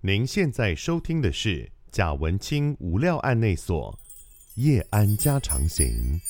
您现在收听的是贾文清无料案内所夜安家常行。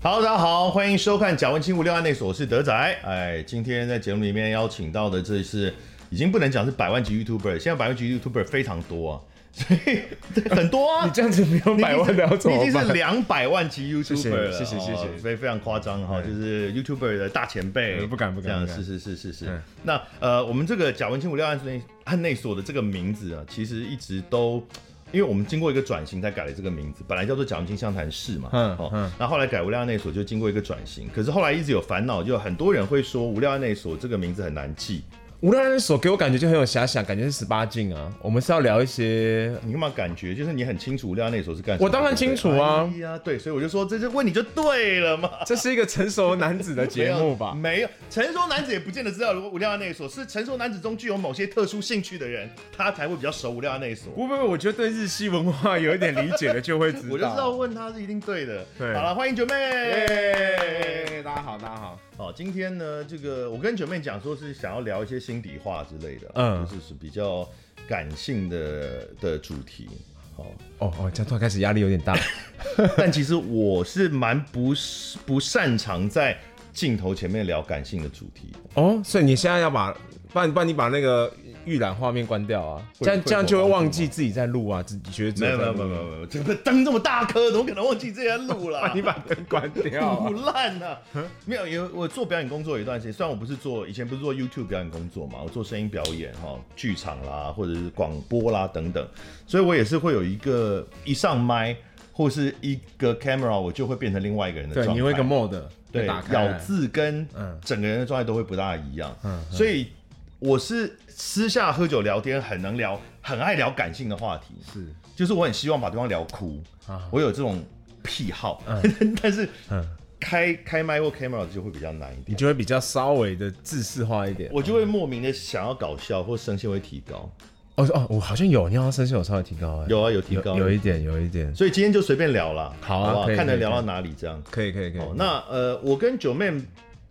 Hello，大家好，欢迎收看贾文清无料案内所，我是德仔。哎，今天在节目里面邀请到的这是已经不能讲是百万级 YouTuber，现在百万级 YouTuber 非常多啊， 所以很多啊你。这样子没有百万的要怎你已么经是办？两百万级 YouTuber 了，谢谢谢谢哦谢谢非非常夸张哈，对就是 YouTuber 的大前辈，嗯不敢不敢这样不敢是是是是是嗯。那呃，我们这个贾文清五六案内案内所的这个名字啊，其实一直都。因为我们经过一个转型才改了这个名字，本来叫做贾文清相谈室嘛，嗯哦嗯，那后来改无量案内所就经过一个转型，可是后来一直有烦恼，就很多人会说无量案内所这个名字很难记，无量人所给我感觉就很有遐想，感觉是十八禁啊。我们是要聊一些， 你干嘛感觉就是你很清楚无量案内所是干什么？我当对然不对清楚啊哎呀，对，所以我就说这就问你就对了嘛，这是一个成熟男子的节目吧？没有，没有成熟男子也不见得知道如果无料案内所是成熟男子中具有某些特殊兴趣的人，他才会比较熟无料案内所。 不不不，我觉得对日系文化有一点理解的就会知道。我就知道问他是一定对的。对好了，欢迎九妹。耶，大家好，大家好。好，哦今天呢，这个我跟九妹讲说是想要聊一些心底话之类的，嗯就是是比较感性的的主题。好，哦哦，这样突然开始压力有点大。 但其实我是蛮不是不擅长在镜头前面聊感性的主题的。哦，所以你现在要把，不然不然你把那个预览画面关掉啊，会这样会这样就会有帮助忘记自己在录啊，自己觉得自己没有没在有录没有没有，没有，这个灯这么大颗，怎么可能忘记这些路 啦？你把灯关 掉啊腐。烂呐、没有，因为我做表演工作有一段时间，虽然我不是做以前不是做 YouTube 表演工作嘛，我做声音表演哈，剧场啦，或者是广播啦等等，所以我也是会有一个一上麦或是一个 camera，我就会变成另外一个人的状态。对，你会一个 mode 对打开咬字跟嗯整个人的状态都会不大一样，嗯所以我是私下喝酒聊天很能聊，很爱聊感性的话题，是就是我很希望把对方聊哭，啊，我有这种癖好， 但是嗯，开开麦或 camera 就会比较难一你点，就会比较稍微的自视化一点。我就会莫名的想要搞笑，或声线会提高。哦哦，我好像有，你好像声线有稍微提高哎、有啊，有提高，有一点，有一点，所以今天就随便聊啦，好啊不好可以看能可以聊可以嗯到哪里这样。可以可以可以。哦，那呃，我跟九妹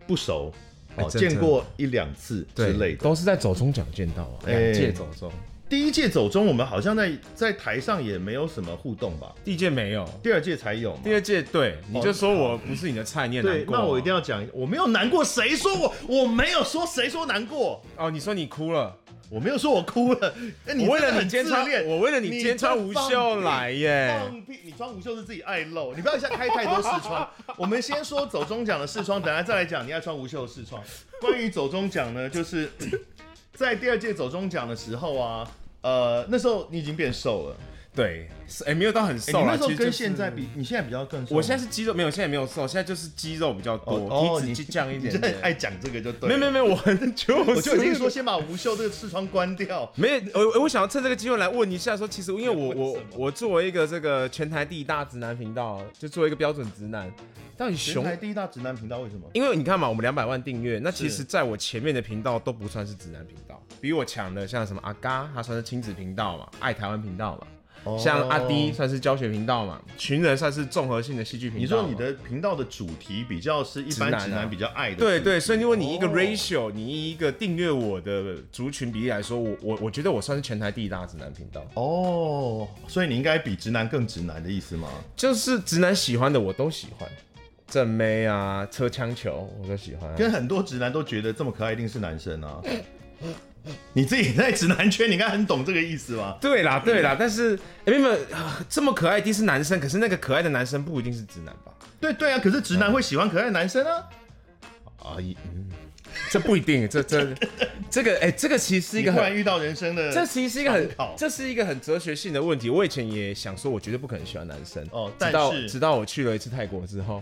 不熟，哎哦，真的见过一两次之对类的。都是在走中奖见到啊，哎两届走中，第一届走中，我们好像在在台上也没有什么互动吧？第一届没有，第二届才有嘛。第二届对，你就说我不是你的菜，你也难哦对，过啊。那我一定要讲，我没有难过，谁说我我没有说谁说难过？哦，你说你哭了，我没有说我哭 了，哎，你我为真的了很你今天穿自恋，我为了你今天穿无袖来耶，放屁！你穿无袖是自己爱露，你不要一下开太多视 窗。我们先说走中奖的视窗，等下再来讲你爱穿无袖的视窗。关于走中奖呢，就是 在第二届走中奖的时候啊，呃，那时候你已经变瘦了，对，是哎没有到很哎瘦你啦那时候其实跟就是现在比，你现在比较更瘦吗。我现在是肌肉没有，现在没有瘦，现在就是肌肉比较哦多，体脂降一你点真的很爱点。讲这个就对。没有没有，没有，我很 久，我就已经说先把无袖这个视窗关掉。没有，我我想要趁这个机会来问一下，说其实因为我为我什么我作为一个这个全台第一大直男频道，就作为一个标准直男，到底全熊？台第一大直男频道为什么？因为你看嘛，我们两百万订阅，那其是实在我前面的频道都不算是直男频道，比我强的像什么阿嘎，他算是亲子频道嘛，爱台湾频道嘛，像阿迪哦，算是教学频道嘛，群人算是综合性的戏剧频道。你说你。的频道的主题比较是一般直男啊直男比较爱的主题，对对，所以如果你一个哦 ratio，、你以一个订阅我的族群比例来说，我我我觉得我算是全台第一大直男频道。哦，所以你应该比直男更直男的意思吗？就是直男喜欢的我都喜欢，正妹啊、车枪球我都喜欢、跟很多直男都觉得这么可爱一定是男生啊。你自己在直男圈，你应该很懂这个意思吧？对啦，对啦，但是哎，妹妹、啊这么可爱一定是男生，可是那个可爱的男生不一定是直男吧？对对啊，可是直男会喜欢可爱的男生啊。啊，一嗯，这不一定，这这 这个哎，这个其实是一你个忽很。然遇到人生的这其实是一个参考很，这是一个很哲学性的问题。我以前也想说，我绝对不可能喜欢男生。哦但直到是直到我去了一次泰国之后，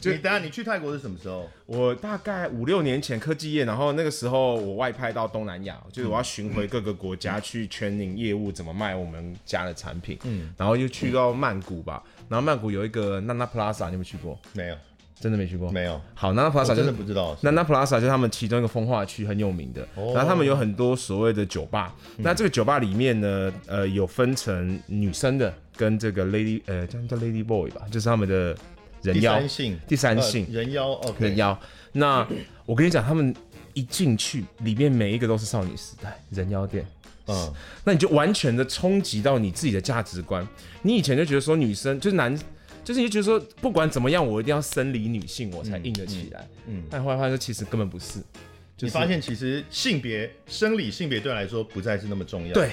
就你等下你去泰国是什么时候？我大概五六年前科技业，然后那个时候我外派到东南亚，就是嗯我要巡回各个国家去 training 业务怎么卖我们家的产品，嗯，然后又去到曼谷吧，然后曼谷有一个 Nana Plaza，你有没有去过？没有，真的没去过？没有，好，Nana 我 Plaza 就真是的不知道。啊那那 Plaza 就是他们其中一个风化区很有名的，哦嗯然后他们有很多所谓的酒吧。那这个酒吧里面呢，呃，有分成女生的跟这个 Lady 呃，这样叫 Lady Boy 吧，就是他们的人第妖三性，第三性呃人妖，OK，人妖。那我跟你讲，他们一进去，里面每一个都是少女时代人妖店。嗯，那你就完全的冲击到你自己的价值观。你以前就觉得说女生就是男，就是你就觉得说不管怎么样，我一定要生理女性我才硬得起来。嗯，但后来发现其实根本不是，就你是发现其实性别、生理性别对我来说不再是那么重要。对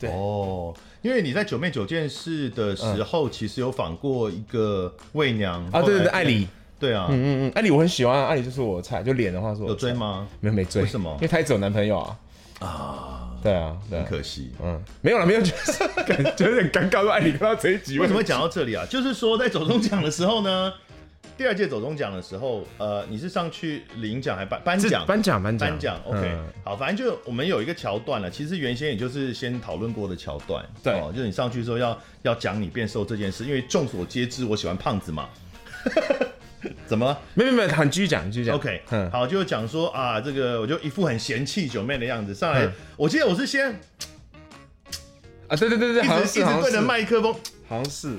对哦，因为你在九妹九件事的时候，其实有访过一个媚娘啊，对对后对，来艾里，对啊，嗯嗯嗯，艾里我很喜欢啊，艾里就是我的菜，就脸的话是我有的菜追？吗？没有没追，为什么因为她一直有男朋友啊。啊，对啊，对啊很，可惜。嗯，没有了，没有，就是感觉有点尴尬。说艾哎里看到这一集，为什么会讲到这里啊？就是说，在走中奖的时候呢，第二届走中奖的时候，呃，你是上去领奖还颁颁是奖？颁奖颁奖嗯颁奖，OK，、好，反正就我们有一个桥段了。其实原先也就是先讨论过的桥段，哦对就是你上去之后要要讲你变瘦这件事，因为众所皆知我喜欢胖子嘛。 怎么了没有没有，好，你继续讲，你继续讲。 ？OK，嗯，好，就讲说啊，这个我就一副很嫌弃九妹的样子上来。嗯我记得我是先啊，对对对对，一好像直是，一好直像对是着，麦克风，好像是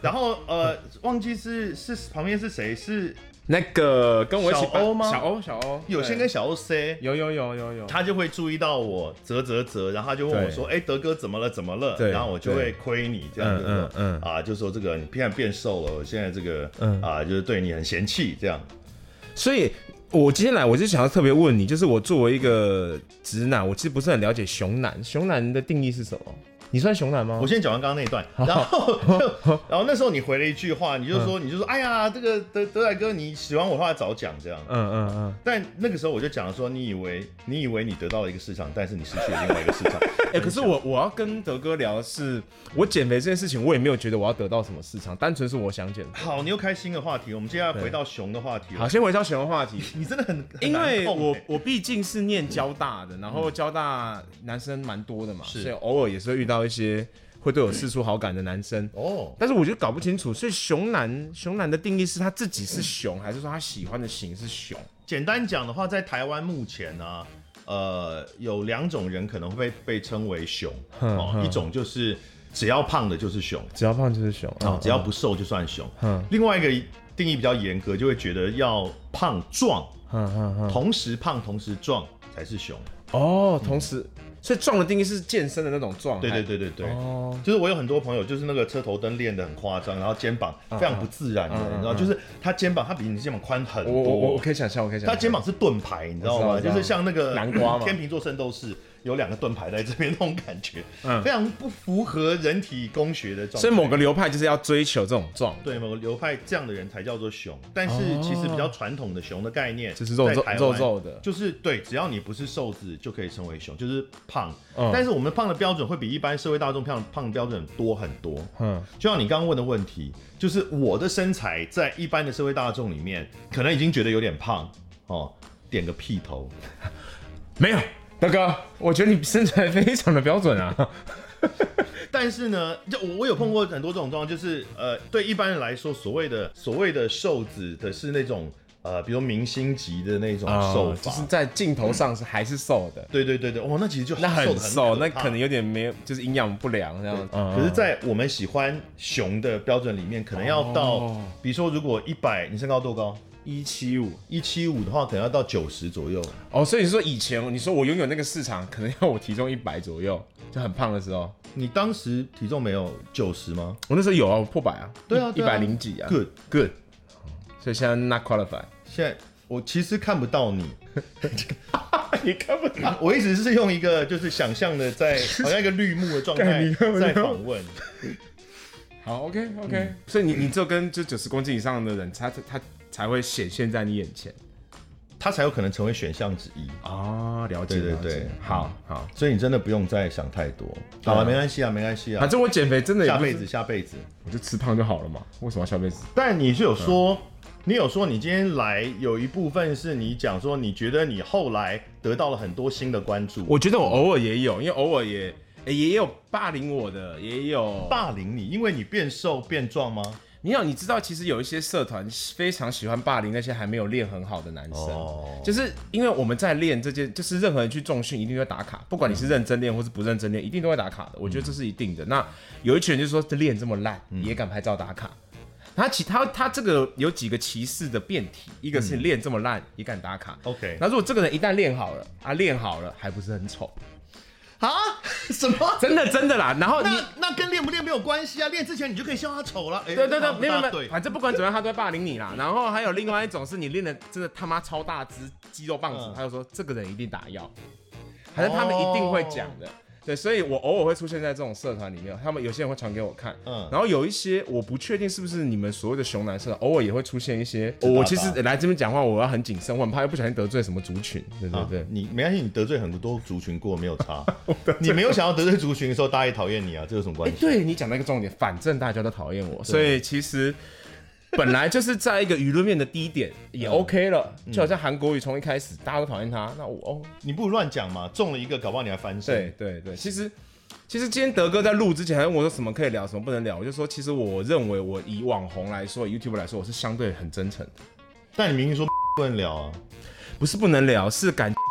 然后呃，忘记是是旁边是谁，是那个跟我一起小欧吗小欧，小欧有先跟小欧 say，有有有有有，他就会注意到我啧啧啧，然后他就问我说：“哎、德哥怎么了？怎么了？”对然后我就会亏你这样嗯子，嗯嗯啊，就说这个你变变瘦了，我现在这个、嗯啊，就是对你很嫌弃这样。所以。我今天来，我就想要特别问你，就是我作为一个直男，我其实不是很了解熊男。熊男的定义是什么？你算熊男吗我？先讲完刚刚那一段， 然后就然后那时候你回了一句话，你就说、嗯你就说哎呀，这个德德仔哥你喜欢我的话早讲这样。嗯嗯嗯。但那个时候我就讲说，你以为你以为你得到了一个市场，但是你失去了另外一个市 场。哎、可是我我要跟德哥聊的是，我减肥这件事情，我也没有觉得我要得到什么市场，单纯是我想减肥。好，你又开新的话题，我们接下来回到熊的话题了。好，先回到熊的话 题。你真的很很因难为控我欸我毕竟是念交大的，然后交大男生蛮多的嘛，是所以偶尔也嗯是会遇到一些会对我示出好感的男生。哦，但是我就搞不清楚，所以熊男熊男的定义是他自己是熊，还是说他喜欢的型是熊？简单讲的话，在台湾目前呢、啊呃，有两种人可能会被被称为熊哦，一种就是只要胖的就是熊只要胖就是熊啊，只要不瘦就算熊。嗯另外一个定义比较严格，就会觉得要胖壮，嗯嗯嗯同时胖同时壮才是熊。哦，同时，所以壮的定义是健身的那种壮，对对对对对。哦，就是我有很多朋友，就是那个车头灯练得很夸张，然后肩膀嗯非常不自然的，你知道，就是他肩膀，他比你肩膀宽很我多。我我我可以想象，我可以想象，他肩膀是盾牌，你知道我吗？知道就是像那个南瓜嘛 天秤座圣斗士有两个盾牌在这边那种感觉，嗯非常不符合人体工学的状态。所以某个流派就是要追求这种壮，对某个流派这样的人才叫做熊，但是哦其实比较传统的熊的概念，就是肉在肉台湾肉肉的，就是对，只要你不是瘦子就可以称为熊，就是胖。嗯但是我们胖的标准会比一般社会大众胖胖的标准多很多。嗯就像你刚刚问的问题，就是我的身材在一般的社会大众里面，可能已经觉得有点胖哦，点个屁头。没有，大哥，我觉得你身材非常的标准 啊。但是呢，就我我有嗯碰过很多这种状况，就是呃，对一般人来说，所谓的所谓的瘦子的是那种呃，比如明星级的那种瘦啊就法。是在镜头上是还是瘦的，对对对对，哦，那其实就那很很瘦瘦，得那很可怕可能有点没有，就是营养不良这样。嗯可是，在我们喜欢熊的标准里面，可能要到，哦比如说，如果一百，你身高多高？一七五一七五的话，可能要到九十左右。哦，所以你说以前你说我拥有那个市场，可能要我体重一百左右，就很胖的时候，你当时体重没有九十吗我那时候有啊，我破百啊，对啊一对百啊零几啊， ？Good good，所以现在 not qualify， 现在我其实看不到你，你看不到，我一直是用一个就是想象的在，好像一个绿幕的 状干态你看不到在访问。好 OK OK，、所以你你只有跟就九十公斤以上的人，他他他才会显现在你眼前他才有可能成为选项之一。哦，了解对对了解对好好，所以你真的不用再想太多。好了，没关系啊，没关系啊反，正我减肥真的也下不辈是子，下辈子。我就吃胖就好了嘛，为什么要下辈子？嗯但你是有说，你有说你今天来有一部分是你讲说，你觉得你后来得到了很多新的关注，我觉得我偶尔也有，因为偶尔也、诶也有霸凌我的，也有。霸凌你，因为你变瘦变壮吗？你要你知道，其实有一些社团非常喜欢霸凌那些还没有练很好的男生，哦就是因为我们在练这件，就是任何人去重训一定会打卡，不管你是认真练或是不认真练，一定嗯都会打卡的。我觉得这是一定的。那有一群人就说这练这么烂，也敢拍照打卡。它其它它这个有几个歧视的变体，一个是练这么烂也敢打卡。 OK 那如果这个人一旦练好了啊，练好了还不是很丑，啊？什 么？真的真的啦。然后你那那跟练不练没有关系啊，练之前你就可以笑他丑了。哎，对对这对，好没有没有没对有，反正不管怎么样，他都会霸凌你啦。然后还有另外一种是你练的真的他妈超大只肌肉棒子嗯，他就说这个人一定打药，反正他们一定会讲的。对，所以我偶尔会出现在这种社团里面，他们有些人会传给我看，嗯嗯，然后有一些我不确定是不是你们所谓的熊男社，哦偶尔也会出现一些，大我吧其实来这边讲话我要很谨慎，我很怕又不小心得罪什么族群，对对啊对，你没关系，你得罪很多族群过没有 差，你没有想要得罪族群的时候，大家也讨厌你啊，这有什么哎、关系？对你讲到一个重点，反正大家都讨厌我，所以其实本来就是在一个舆论面的低点嗯也 OK 了，就好像韩国瑜从一开始大家都讨厌他，那我哦，你不如乱讲嘛，中了一个，搞不好你还翻对身。对对，其实其实今天德哥在录之前还问我说什么可以聊，什么不能聊，我就说其实我认为我以网红来说，YouTube 来说，我是相对很真诚的，但你明明说不能聊啊，不是不能聊，是感。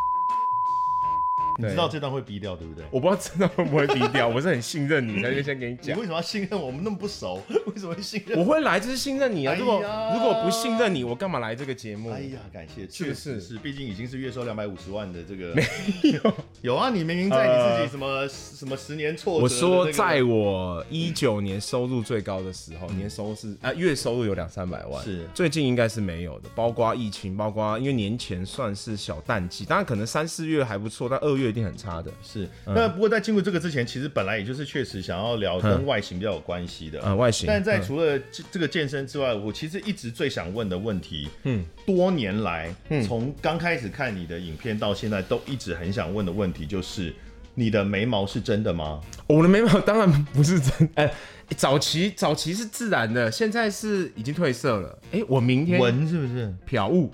你知道这段会逼掉，对不对？我不知道真的会不会低调，我是很信任你，才会先给你你讲。为什么要信 任我们那么不熟？为什么会信任？我会来就是信任你啊，如果、哎呀如果不信任你，我干嘛来这个节目？哎呀，感谢，是确不实是是，毕竟已经是月收两百五十万的这个，没 有有啊，你明明在你自己什么、什么十年挫折、我说，在我一九年收入最高的时候，年收入是啊、月收入有两三百万，是最近应该是没有的，包括疫情，包括因为年前算是小淡季，当然可能三四月还不错，但二月一定很差的。是，嗯那不过在进入这个之前，其实本来也就是确实想要聊跟外形比较有关系的，嗯呃，外形，但在嗯除了这这个健身之外，我其实一直最想问的问题，嗯，多年来，嗯从刚开始看你的影片到现在，都一直很想问的问题就是，你的眉毛是真的吗？哦我的眉毛当然不是真， 哎、早期早期是自然的，现在是已经褪色了。哎、我明天纹是不是？漂雾，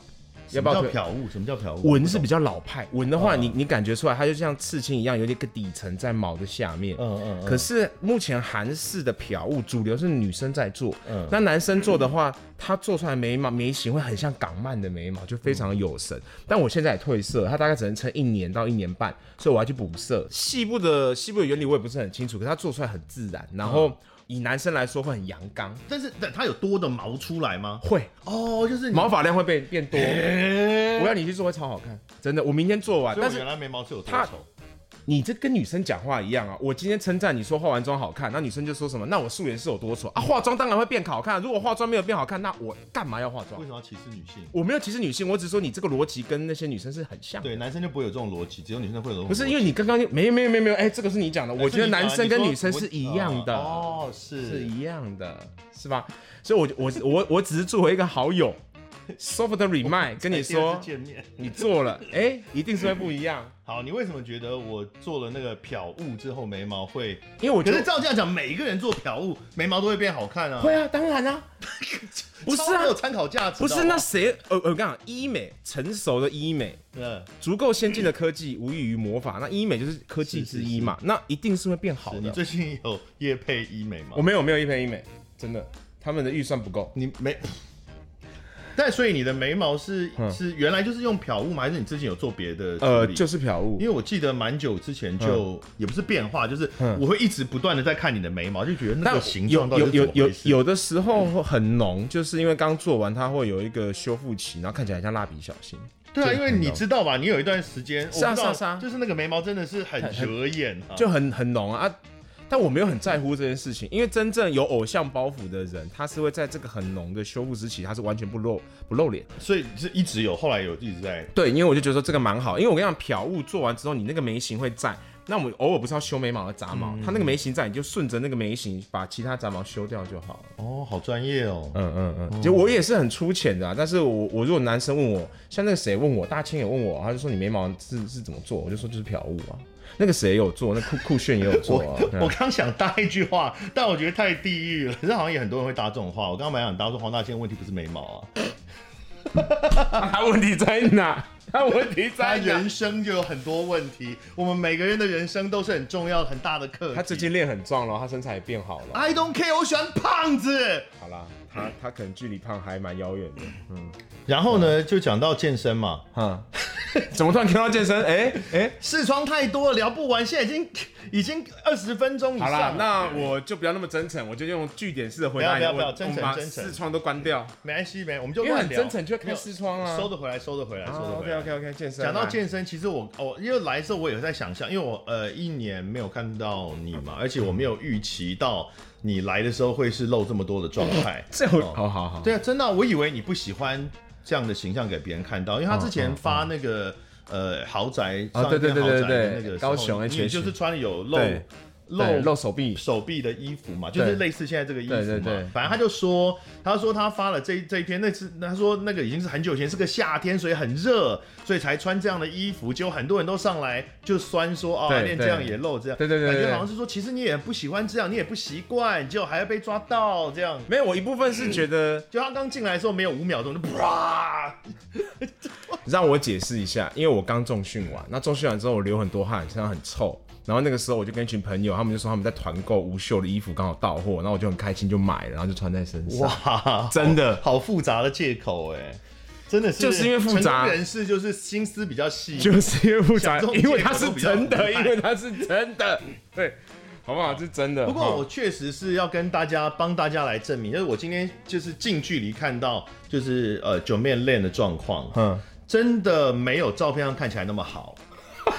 要什不么叫要退漂雾？什么叫漂雾？纹是我不比懂较老派，纹的嗯话你，你感觉出来，它就像刺青一样，有点个底层在毛的下面。嗯嗯嗯可是目前韩式的漂物主流是女生在做，嗯那男生做的话，他做出来眉毛眉形会很像港漫的眉毛，就非常有神。但我现在也褪色，它大概只能撑一年到一年半，所以我要去补色。细部的细部的原理我也不是很清楚，可是它做出来很自然，然后。嗯以男生来说会很阳刚，但是但它有多的毛出来吗？会哦，就是你毛发量会变 变多。欸我要你去做会超好看，真的。我明天做完，所以但我是原来眉毛是有多它丑，你这跟女生讲话一样啊！我今天称赞你说化完妆好看，那女生就说什么？那我素颜是有多丑啊？化妆当然会变好看，啊如果化妆没有变好看，那我干嘛要化妆为什？么要歧视女性？我没有歧视女性，我只是说你这个逻辑跟那些女生是很像的。对，男生就不会有这种逻辑，只有女生会有这种逻辑。不是因为你刚刚就没有没有没有没有，哎、这个是你讲的，我觉得男生跟女生是一样的，啊哦，是是一样的，是吧？所以我，我我我只是作为一个好友，soft remind 跟你第二说次，见面。你做了，哎、一定是会不一样，好，你为什么觉得我做了那个漂雾之后眉毛会？因为我可觉是得照这样讲，每一个人做漂雾眉毛都会变好看啊，会啊，当然 啊，不是超啊没有，参考价值。不是好那好谁，呃，我跟你讲，医美成熟的医美，嗯，足够先进的科技无异于魔法。那医美就是科技之一嘛，那一定是会变好是你的。最近有夜配医美吗我？没有没有一篇医美，真的，他们的预算不够。你没。但所以你的眉毛是是原来就是用漂雾吗？还是你之前有做别的处理？嗯呃，就是嗯漂雾因为，我记得蛮久之前就、也不是变化，就是我会一直不断的在看你的眉毛，就觉得那嗯但个形有状到底有是怎有么有回事？有的时候很浓，就是因为刚做完，它会有一个修复期，然后看起来像蜡笔小新。对啊，就因为很你浓知道吧，你有一段时间，我是啊不知道是啊是啊就是那个眉毛真的是很惹眼啊，就很很浓啊。啊但我没有很在乎这件事情，因为真正有偶像包袱的人，他是会在这个很浓的修复时期，他是完全不露不露脸。所以是一直有，后来有一直在对，因为我就觉得说这个蛮好，因为我跟你讲，漂雾做完之后，你那个眉形会在。那我们偶尔不是要修眉毛和杂毛，它那个眉形在，你就顺着那个眉形把其他杂毛修掉就好了。哦，好专业哦，嗯嗯嗯，就我也是很粗浅的、啊，但是我我如果男生问我，像那个谁问我，大清也问我，他就说你眉毛是是怎么做，我就说就是漂雾啊。那个谁也有做，那酷酷炫也有我做啊。 我刚想搭一句话，但我觉得太地狱了，可是好像也很多人会搭这种话。我刚刚蛮想搭说黄大仙问题不是眉毛啊， 他问题在哪？他问题他在哪人？生就有很多问题，我们每个人的人生都是很重要很大的课题。他最近练很壮了，他身材也变好了。 I don't care，我喜欢胖子。好啦，他他可能距离胖还蛮遥远的。然后呢，就讲到健身嘛，哈， 怎么突然听到健身？哎哎，视窗太多了，聊不完，现在已经已经二十分钟以好上啦了。，那我就不要那么真诚，我就用句点式的回答不你要的不要问不要我真们诚把真诚视窗都关掉，没关系，没我们就因为乱很聊真诚就会开视窗啊。收得回来，收得回来，收嗯得回 OK 来。 OK OK，健哦身。讲到来，健身，其实我哦，因为来的时候我也在想象，因为我呃一年没有看到你嘛，而且我没有预期到你来的时候会是露这么多的状态。这我哦好好好，对啊，真的啊、我以为你不喜欢这样的形象给别人看到，因为他之前发那个、呃豪宅，哦上一对间对对豪宅的那对对个时高候雄你 HH 就是穿有露对对露露手臂，手臂的衣服嘛，就是对类似现在这个衣服嘛。对对对反正他就说，他说他发了这这一篇，那次他说那个已经是很久以前，是个夏天，所以很热，所以才穿这样的衣服。结果很多人都上来就酸说啊，对练对这样也露这样，对对对对感觉对好像是说，其实你也不喜欢这样，你也不习惯，结果还要被抓到这样。没有，我一部分是觉得就他刚进来的时候没有五秒钟就啪，让我解释一下，因为我刚重训完，那重训完之后我流很多汗，身上很臭。然后那个时候我就跟一群朋友，他们就说他们在团购无袖的衣服刚好到货，然后我就很开心就买了，然后就穿在身上。哇， 真的好复杂的借口哎，真的是就是因为复杂成功人士就是心思比较细， 就是因为复杂想，中因为它是真介绍都的，比较因为它是真的， 对，好不好？是真的。不哈过我确实是要跟大家帮大家来证明，就是我今天就是近距离看到，就是呃九面练的状况，嗯，真的没有照片上看起来那么好。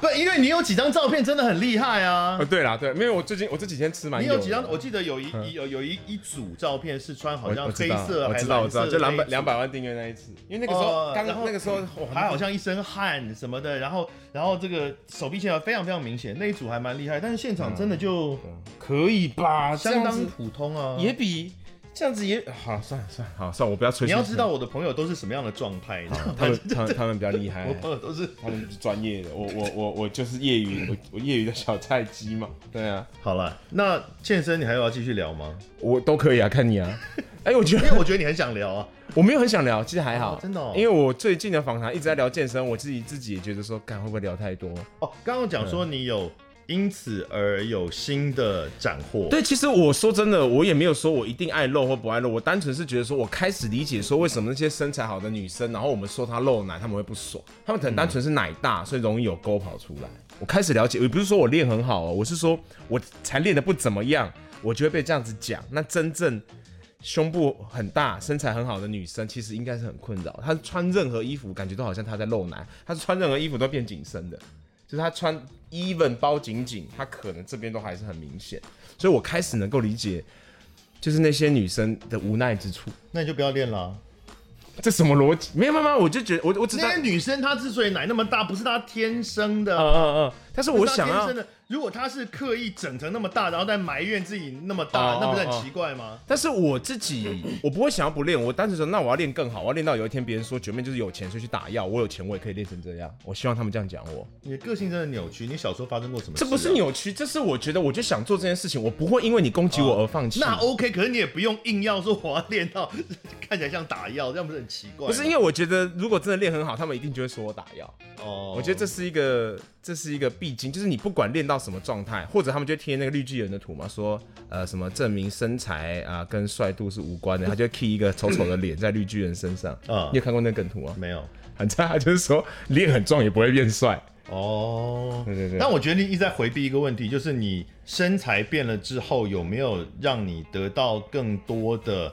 不，因为你有几张照片真的很厉害啊哦，。对啦，对，因为我最近我这几天吃蛮你油有的几张？我记得有一有有一一组照片是穿好像嗯我知黑道色啊我还知是道，我蓝知道，色就的那两一百组，两百万订阅那一次，因为那个时候哦刚然后那个时候我还好像一身汗什么的，然后然后这个手臂线条非常非常明显，那一组还蛮厉害，但是现场真的就可以吧，相当嗯这样子普通啊。也比这样子也好，算了算了，好算了，我不要吹。你要知道，我的朋友都是什么样的状态，你知道吗他们他们他们比较厉害 我，朋友 都是他们是专业的，我我我我就是业余，我我业余的小菜鸡嘛。对啊，好了。那健身你还有要继续聊吗？我都可以啊，看你 啊。哎，我觉因为得我觉得你很想聊啊。我没有很想聊，其实还好，哦真的哦因为我最近的访谈一直在聊健身，我自己自己也觉得说，干会不会聊太多？哦，刚刚讲嗯说你有因此而有新的斩获，，对，其实我说真的，我也没有说我一定爱露或不爱露，我单纯是觉得说，我开始理解说为什么那些身材好的女生，然后我们说她露奶，她们会不爽，她们可能单纯是奶大，所以容易有沟跑出来。我开始了解，也不是说我练很好哦，我是说我才练的不怎么样，我就会被这样子讲。那真正胸部很大、身材很好的女生，其实应该是很困扰。她穿任何衣服，感觉都好像她在露奶；她穿任何衣服都变紧身的，就是她穿 even 包紧紧，她可能这边都还是很明显。所以我开始能够理解，就是那些女生的无奈之处。那你就不要练啦。这什么逻辑？没有没有，没有我就觉得我我只那在些女生她之所以奶那么大，不是她天生的嗯啊。嗯嗯，但是我不是她想天要生，的，如果她是刻意整成那么大，然后再埋怨自己那么哦大，那不是哦哦很奇怪吗？但是我自己，我不会想要不练，我单纯说，那我要练更好，我要练到有一天别人说九妹就是有钱，所以去打药，我有钱我也可以练成这样。我希望他们这样讲我，你的个性真的扭曲，你小时候发生过什么事这啊？不是扭曲，这是我觉得我就想做这件事情，我不会因为你攻击我而放弃。那 OK，可是你也不用硬要说我要练到 看起来像打药，这样不是很奇怪吗？不是因为我觉得，如果真的练很好，他们一定就会说我打药。哦，我觉得这是一个，这是一个必经，就是你不管练到什么状态，或者他们就贴那个绿巨人的图嘛，说呃什么证明身材啊、跟帅度是无关的，他就 key 一个丑丑的脸在绿巨人身上。嗯你有看过那个梗图吗？没有很差，他就是说脸很壮也不会变帅。哦。对对对但我觉得你一直在回避一个问题，就是你身材变了之后，有没有让你得到更多的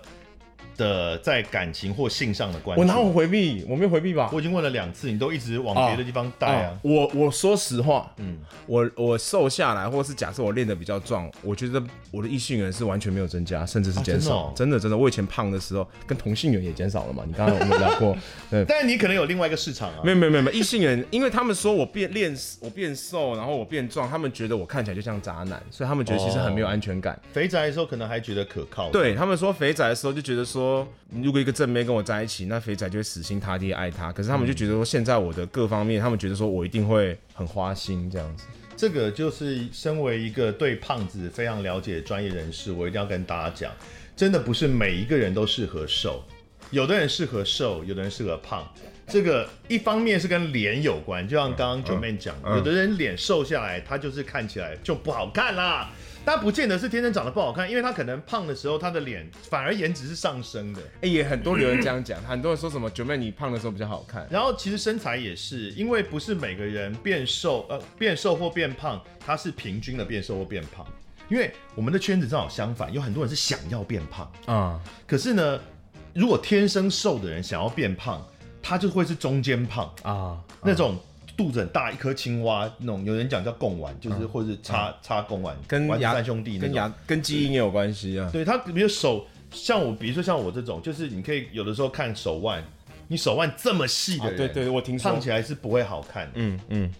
的在感情或性上的关系？我哪有回避？我没有回避吧？我已经问了两次，你都一直往别的地方带啊。我我说实话，嗯，我我瘦下来，或是假设我练得比较壮，我觉得我的异性缘是完全没有增加，甚至是啊减真的少。哦真的真的，我以前胖的时候，跟同性缘也减少了嘛。你刚刚有没有聊 过？对，但你可能有另外一个市场啊没。有没有没有没有异性缘，因为他们说我变练我变瘦，然后我变壮，他们觉得我看起来就像渣男，所以他们觉得其实很没有安全感。肥宅的时候可能还觉得可靠，，对他们说肥仔的时候就觉得说，如果一个正妹跟我在一起，那肥仔就会死心塌地爱她。可是他们就觉得说，现在我的各方面，他们觉得说我一定会很花心这样子。这个就是身为一个对胖子非常了解的专业人士，我一定要跟大家讲，真的不是每一个人都适合瘦，有的人适合瘦，有的人适合胖。这个一方面是跟脸有关，就像刚刚九妹讲的，有的人脸瘦下来，他就是看起来就不好看啦。但不见得是天生长得不好看，因为他可能胖的时候，他的脸反而颜值是上升的。哎、也很多留言这样讲，很多人说什么九妹你胖的时候比较好看，然后其实身材也是，因为不是每个人变瘦呃变瘦或变胖，它是平均的变瘦或变胖。因为我们的圈子正好相反，有很多人是想要变胖，啊、可是呢，如果天生瘦的人想要变胖，他就会是中间胖，啊，那种肚子很大一颗青蛙那种，有人讲叫贡丸，就是或是叉叉贡丸，嗯跟丸子牙三兄弟那跟种。牙跟基因也有关系啊。对他，比如手，像我，比如说像我这种，就是你可以有的时候看手腕，你手腕这么细的啊人，对对，我听说胖，起来是不会好看的。嗯嗯，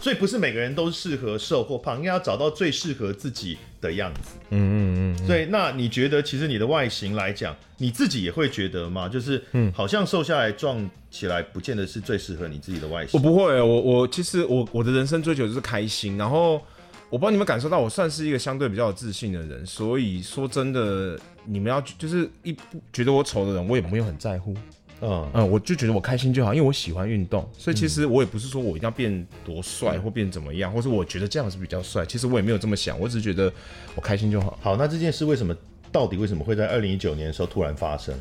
所以不是每个人都适合瘦或胖，应该要找到最适合自己的样子。嗯嗯嗯。所以那你觉得，其实你的外形来讲，你自己也会觉得吗？就是，嗯，好像瘦下来壮起来，不见得是最适合你自己的外我形。不会，我我其实我我的人生追求就是开心，然后我帮你们感受到，我算是一个相对比较有自信的人，所以说真的，你们要就是一不觉得我丑的人，我也没有很在乎，嗯，嗯，我就觉得我开心就好，因为我喜欢运动，所以其实我也不是说我一定要变多帅或变怎么样，或是我觉得这样是比较帅，其实我也没有这么想，我只是觉得我开心就好。好，那这件事为什么到底为什么会在二零一九年的时候突然发生？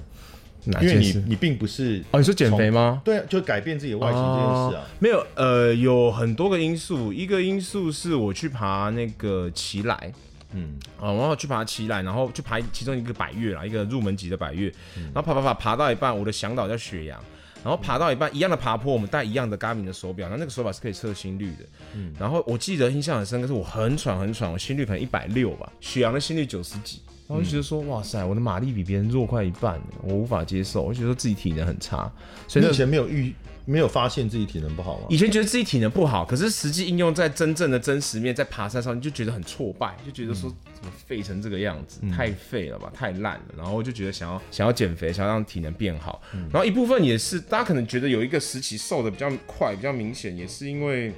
哪因为啊件你事？你并不是哦，你说减肥吗？对啊，就改变自己的外形这件事啊哦。没有，呃，有很多个因素，一个因素是我去爬那个奇来。嗯嗯，啊、然后去爬奇来，然后去爬其中一个百越啦，一个入门级的百越，然后爬爬爬爬到一半，我的向导叫雪阳，然后爬到一半一样的爬坡，我们戴一样的 Garmin 的手表，那那个手表是可以测心率的，嗯，然后我记得印象很深刻，是我很喘很喘，我心率可能一百六吧，雪阳的心率九十几，嗯然后我就觉得说，哇塞，我的马力比别人弱快一半，我无法接受，我就觉得自己体能很差，哦所以你那以前没有预没有发现自己体能不好吗？以前觉得自己体能不好，可是实际应用在真正的真实面，在爬山上，你就觉得很挫败，就觉得说怎么废成这个样子，太废了吧，太烂了。然后就觉得想要想要减肥，想要让体能变好。然后一部分也是大家可能觉得有一个时期瘦的比较快，比较明显，也是因为。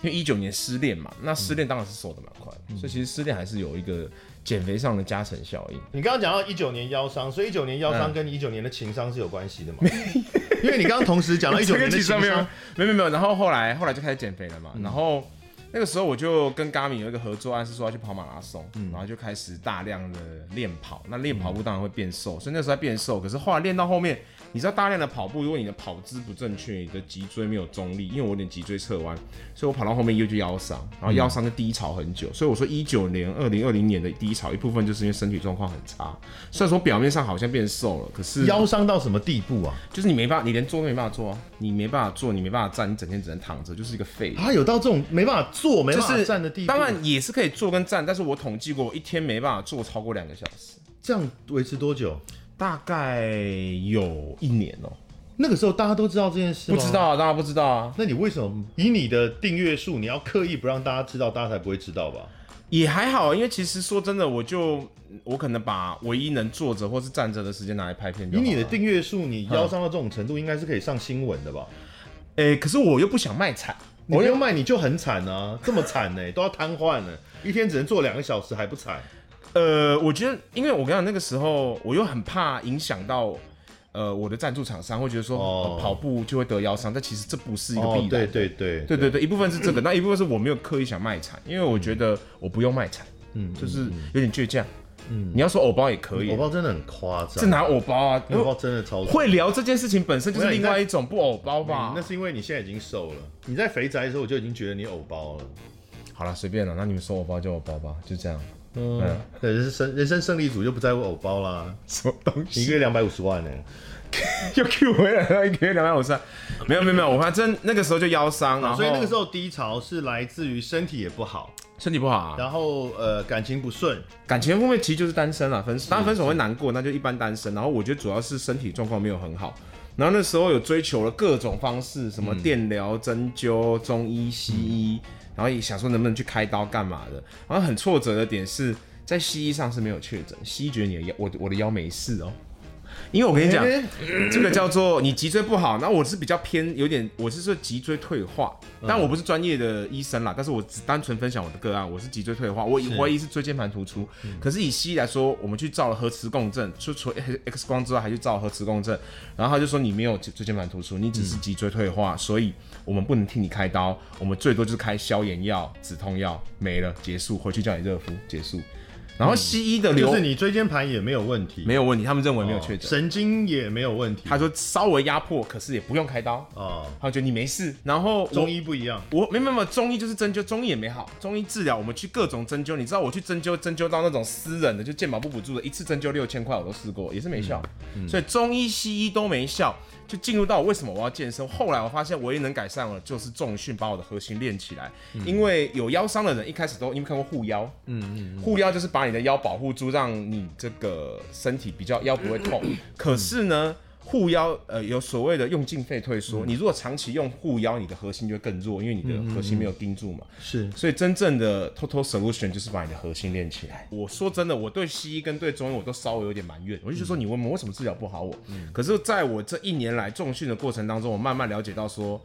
因为一九年失恋嘛，那失恋当然是瘦的蛮快的，所以其实失恋还是有一个减肥上的加成效应。你刚刚讲到一九年腰伤，所以一九年腰伤跟你一九年的情商是有关系的嘛？因为你刚刚同时讲 到一九这年个的其情商，嗯实没有，没有没有没有。然后后来后来就开始减肥了嘛。然后那个时候我就跟 Gami 有一个合作案，是说要去跑马拉松，嗯然后就开始大量的练跑。那练跑步当然会变嗯瘦，所以那时候在变瘦。可是后来练到后面，你知道大量的跑步，如果你的跑姿不正确，你的脊椎没有中立，因为我有点脊椎侧弯，所以我跑到后面又就腰伤，然嗯后腰伤就低潮很久。所以我说一九年、二零二零年的低潮，一部分就是因为身体状况很差。虽然说表面上好像变瘦了，可是腰伤到什么地步啊？就是你没办法，你连坐都没办法坐啊，你没办法坐，你没办法站，你整天只能躺着，就是一个废人。啊，有到这种没办法坐、没就办法是站的地步，当然也是可以坐跟站，但是我统计过，我一天没办法坐超过两个小时，这样维持多久？大概有一年哦、那个时候大家都知道这件事，不知。道啊，当然不知道啊，那你为什么以你的订阅数，你要刻意不让大家知道，大家才不会知道吧？也还好，因为其实说真的，我就我可能把唯一能坐着或是站着的时间拿来拍片就以好了。你的订阅数，你腰伤到这种程度，应该是可以上新闻的吧？诶、可是我又不想卖惨，你我不又用卖你就很惨啊，这么惨呢、都要瘫痪了，一天只能坐两个小时还不惨？呃，我觉得，因为我跟你讲，那个时候我又很怕影响到。呃，我的赞助厂商会觉得说、哦呃跑步就会得腰伤，但其实这不是一个必哦然。，对对对对对对，一部分是这个， 那一部分是我没有刻意想卖惨，因为我觉得我不用卖惨，嗯嗯，就是有点倔强。嗯，你要说偶包也可以我，包真的很夸张，是拿偶包啊，因我为包真的超会聊这件事情本身就是没有另外一种不偶包吧嗯。那是因为你现在已经瘦了。你在肥宅的时候，我就已经觉得你偶包了。好了，随便了，那你们说偶包就偶包吧，就这样。嗯，对，人生人生胜利组就不在乎偶包啦。什么东西？一个月两百五十万呢、又 Q 回来了，一个月两百五十三，没有没有没有，我反正那个时候就腰伤，然后啊所以那个时候候低潮是来自于身体也不好，身体不好啊，然后呃感情不顺，感情方面其实就是单身啦，啊分手当然分手会难过，那就一般单身。然后我觉得主要是身体状况没有很好，然后那时候有追求了各种方式，什么电疗、针灸、中医、西医，然后也想说能不能去开刀干嘛的。然后很挫折的点是在西医上是没有确诊，西医觉得你的腰，我我的腰没事哦、因为我跟你讲诶， 这个叫做你脊椎不好，那我是比较偏有点，我是说脊椎退化，嗯但我不是专业的医生啦，但是我只单纯分享我的个案，我是脊椎退化，我以怀疑是椎间盘突出，嗯可是以西医来说，我们去照了核磁共振，就 除了 X 光之后还去照核磁共振，然后他就说你没有脊椎间盘突出，你只是脊椎退化，嗯所以我们不能替你开刀，我们最多就是开消炎药、止痛药，没了，结束，回去叫你热敷，结束。然后西医的嗯流、就是你椎间盘也没有问题，没有问题，他们认为没有确诊。神经也没有问题。他说稍微压迫，可是也不用开刀。哦，他觉得你没事，然后我中医不一样，我没没没，中医就是针灸，中医也没好，中医治疗我们去各种针灸，你知道我去针灸，针灸到那种私人的，就健保不补助的，一次针灸六千块我都试过，也是没效，嗯所以中医西医都没效，就进入到为什么我要健身，后来我发现唯一能改善了就是重训，把我的核心练起来，嗯因为有腰伤的人一开始都你们看过护腰，嗯嗯，护腰就是把你的腰保护住，让你这个身体比较腰不会痛，可是呢。护腰，呃，有所谓的用进废退缩。你如果长期用护腰，你的核心就会更弱，因为你的核心没有盯住嘛。是所以真正的 total solution 就是把你的核心练起来。我说真的，我对西医跟对中医我都稍微有点埋怨，我就觉得说你问我为什么治疗不好我，可是在我这一年来重训的过程当中，我慢慢了解到说，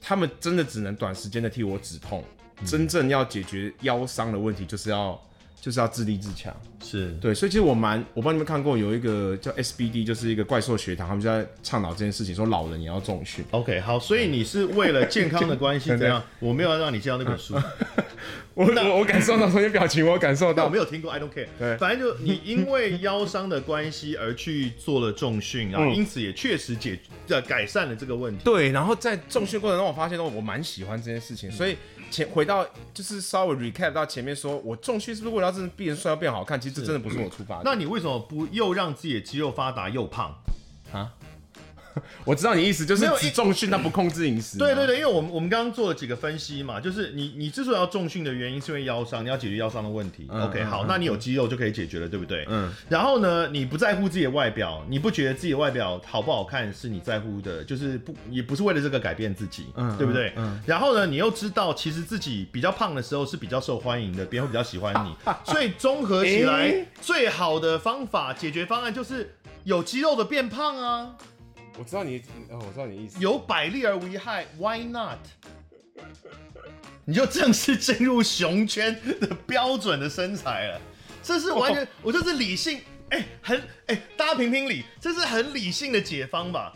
他们真的只能短时间的替我止痛，真正要解决腰伤的问题，就是要就是要自立自强。是，对，所以其实我蛮，我帮你们看过有一个叫 SBD，就是一个怪兽学堂，他们就在倡导这件事情，说老人也要重训。 OK，好，所以你是为了健康的关 系这样，我没有要让你介绍那本书，我我我感受到，从你表情我感受但我到没有听过，I don't care。对反正就你因为腰伤的关系而去做了重训，然后因此也确实解呃改善了这个问题。对，然后在重训过程中，我发现到我蛮喜欢这件事情，所以前回到就是稍微 recap 到前面说，我重训是不是为了要真的变帅要变好看？其实这真的不是我出发的那你为什么不又让自己的肌肉发达又胖？啊。我知道你意思，就是没有只一重训，但不控制饮食。啊对对，对，因为我们我们刚刚做了几个分析嘛，就是你你之所以要重训的原因是因为腰伤，你要解决腰伤的问题。嗯 OK，嗯好，嗯那你有肌肉就可以解决了，对不对？嗯。然后呢，你不在乎自己的外表，你不觉得自己的外表好不好看是你在乎的，就是不也不是为了这个改变自己，嗯对不对？嗯然后呢，你又知道其实自己比较胖的时候是比较受欢迎的，别人会比较喜欢 你，所以综合起来，诶最好的方法解决方案就是有肌肉的变胖啊。我知道你，哦我知道你意思。有百利而无一害，Why not？你就正式进入熊圈的标准的身材了，这是完全，哦我这是理性，哎、很哎、大家评评理，这是很理性的解方吧？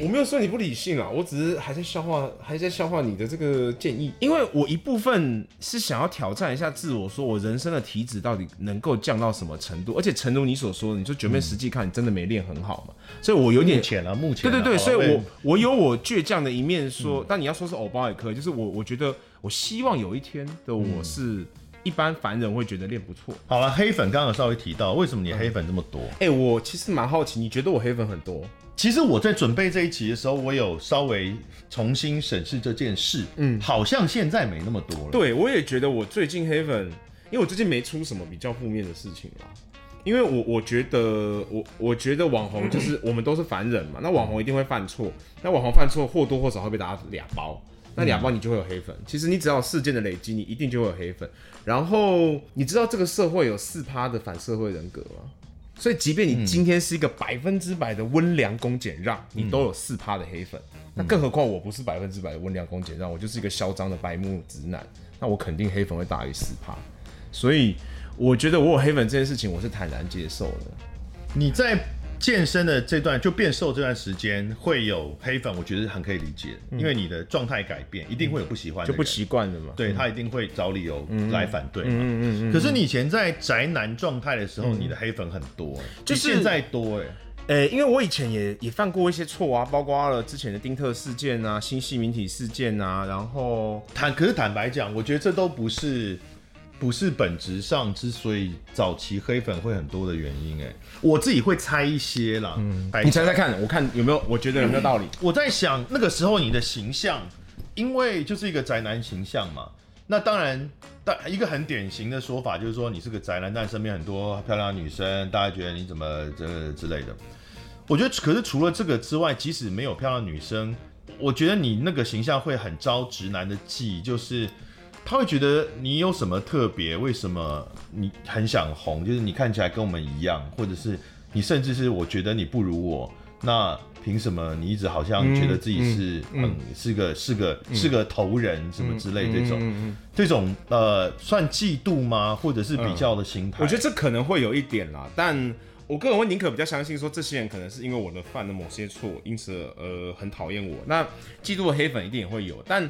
我没有说你不理性啊，我只是还在消化，还在消化你的这个建议。因为我一部分是想要挑战一下自我，说我人生的体脂到底能够降到什么程度。而且，诚如你所说的，你说九妹实际看，你真的没练很好嘛，所以我有点。前啊，目前嗯对对对，所以我我有我倔强的一面说，但你要说是偶包也可以，就是我我觉得我希望有一天的我是一般凡人会觉得练不错。好了，黑粉刚刚有稍微提到，为什么你黑粉这么多？哎、我其实蛮好奇，你觉得我黑粉很多？其实我在准备这一集的时候，我有稍微重新审视这件事，嗯，好像现在没那么多了。对，我也觉得我最近黑粉，因为我最近没出什么比较负面的事情啦。因为我我觉得我我觉得网红就是我们都是凡人嘛，那网红一定会犯错，那网红犯错或多或少会被大家俩包，那俩包你就会有黑粉。其实你只要有事件的累积，你一定就会有黑粉。然后你知道这个社会有四趴的反社会人格吗？所以，即便你今天是一个百分之百的温良恭俭让，你都有四趴的黑粉。那更何况我不是百分之百的温良恭俭让，我就是一个嚣张的白目直男，那我肯定黑粉会大于四趴。所以，我觉得我有黑粉这件事情，我是坦然接受的。你在健身的这段就变瘦这段时间会有黑粉，我觉得很可以理解，因为你的状态改变，一定会有不喜欢的嗯就人，不嗯习惯了嘛。对他一定会找理由来反对嘛。嗯可是你以前在宅男状态的时候，你的黑粉很多、欸，就是比现在多哎、欸呃、因为我以前也也犯过一些错啊，包括了之前的丁特事件啊、新系民体事件啊，然后坦可是坦白讲，我觉得这都不是。不是本质上之所以早期黑粉会很多的原因、欸，哎，我自己会猜一些啦。嗯，你猜猜看，我看有没有，我觉得有没有道理？我在想那个时候你的形象，因为就是一个宅男形象嘛。那当然，但一个很典型的说法就是说你是个宅男，但身边很多漂亮的女生，大家觉得你怎么这之类的。我觉得，可是除了这个之外，即使没有漂亮的女生，我觉得你那个形象会很招直男的忌，就是他会觉得你有什么特别，为什么你很想红？就是你看起来跟我们一样，或者是你甚至是我觉得你不如我，那凭什么你一直好像觉得自己是嗯嗯很是个是个是个头人什么之类这种嗯嗯这种呃算嫉妒吗？或者是比较的心态？我觉得这可能会有一点啦，但我个人会宁可比较相信说，这些人可能是因为我的犯了某些错，因此呃很讨厌我。那嫉妒的黑粉一定也会有，但。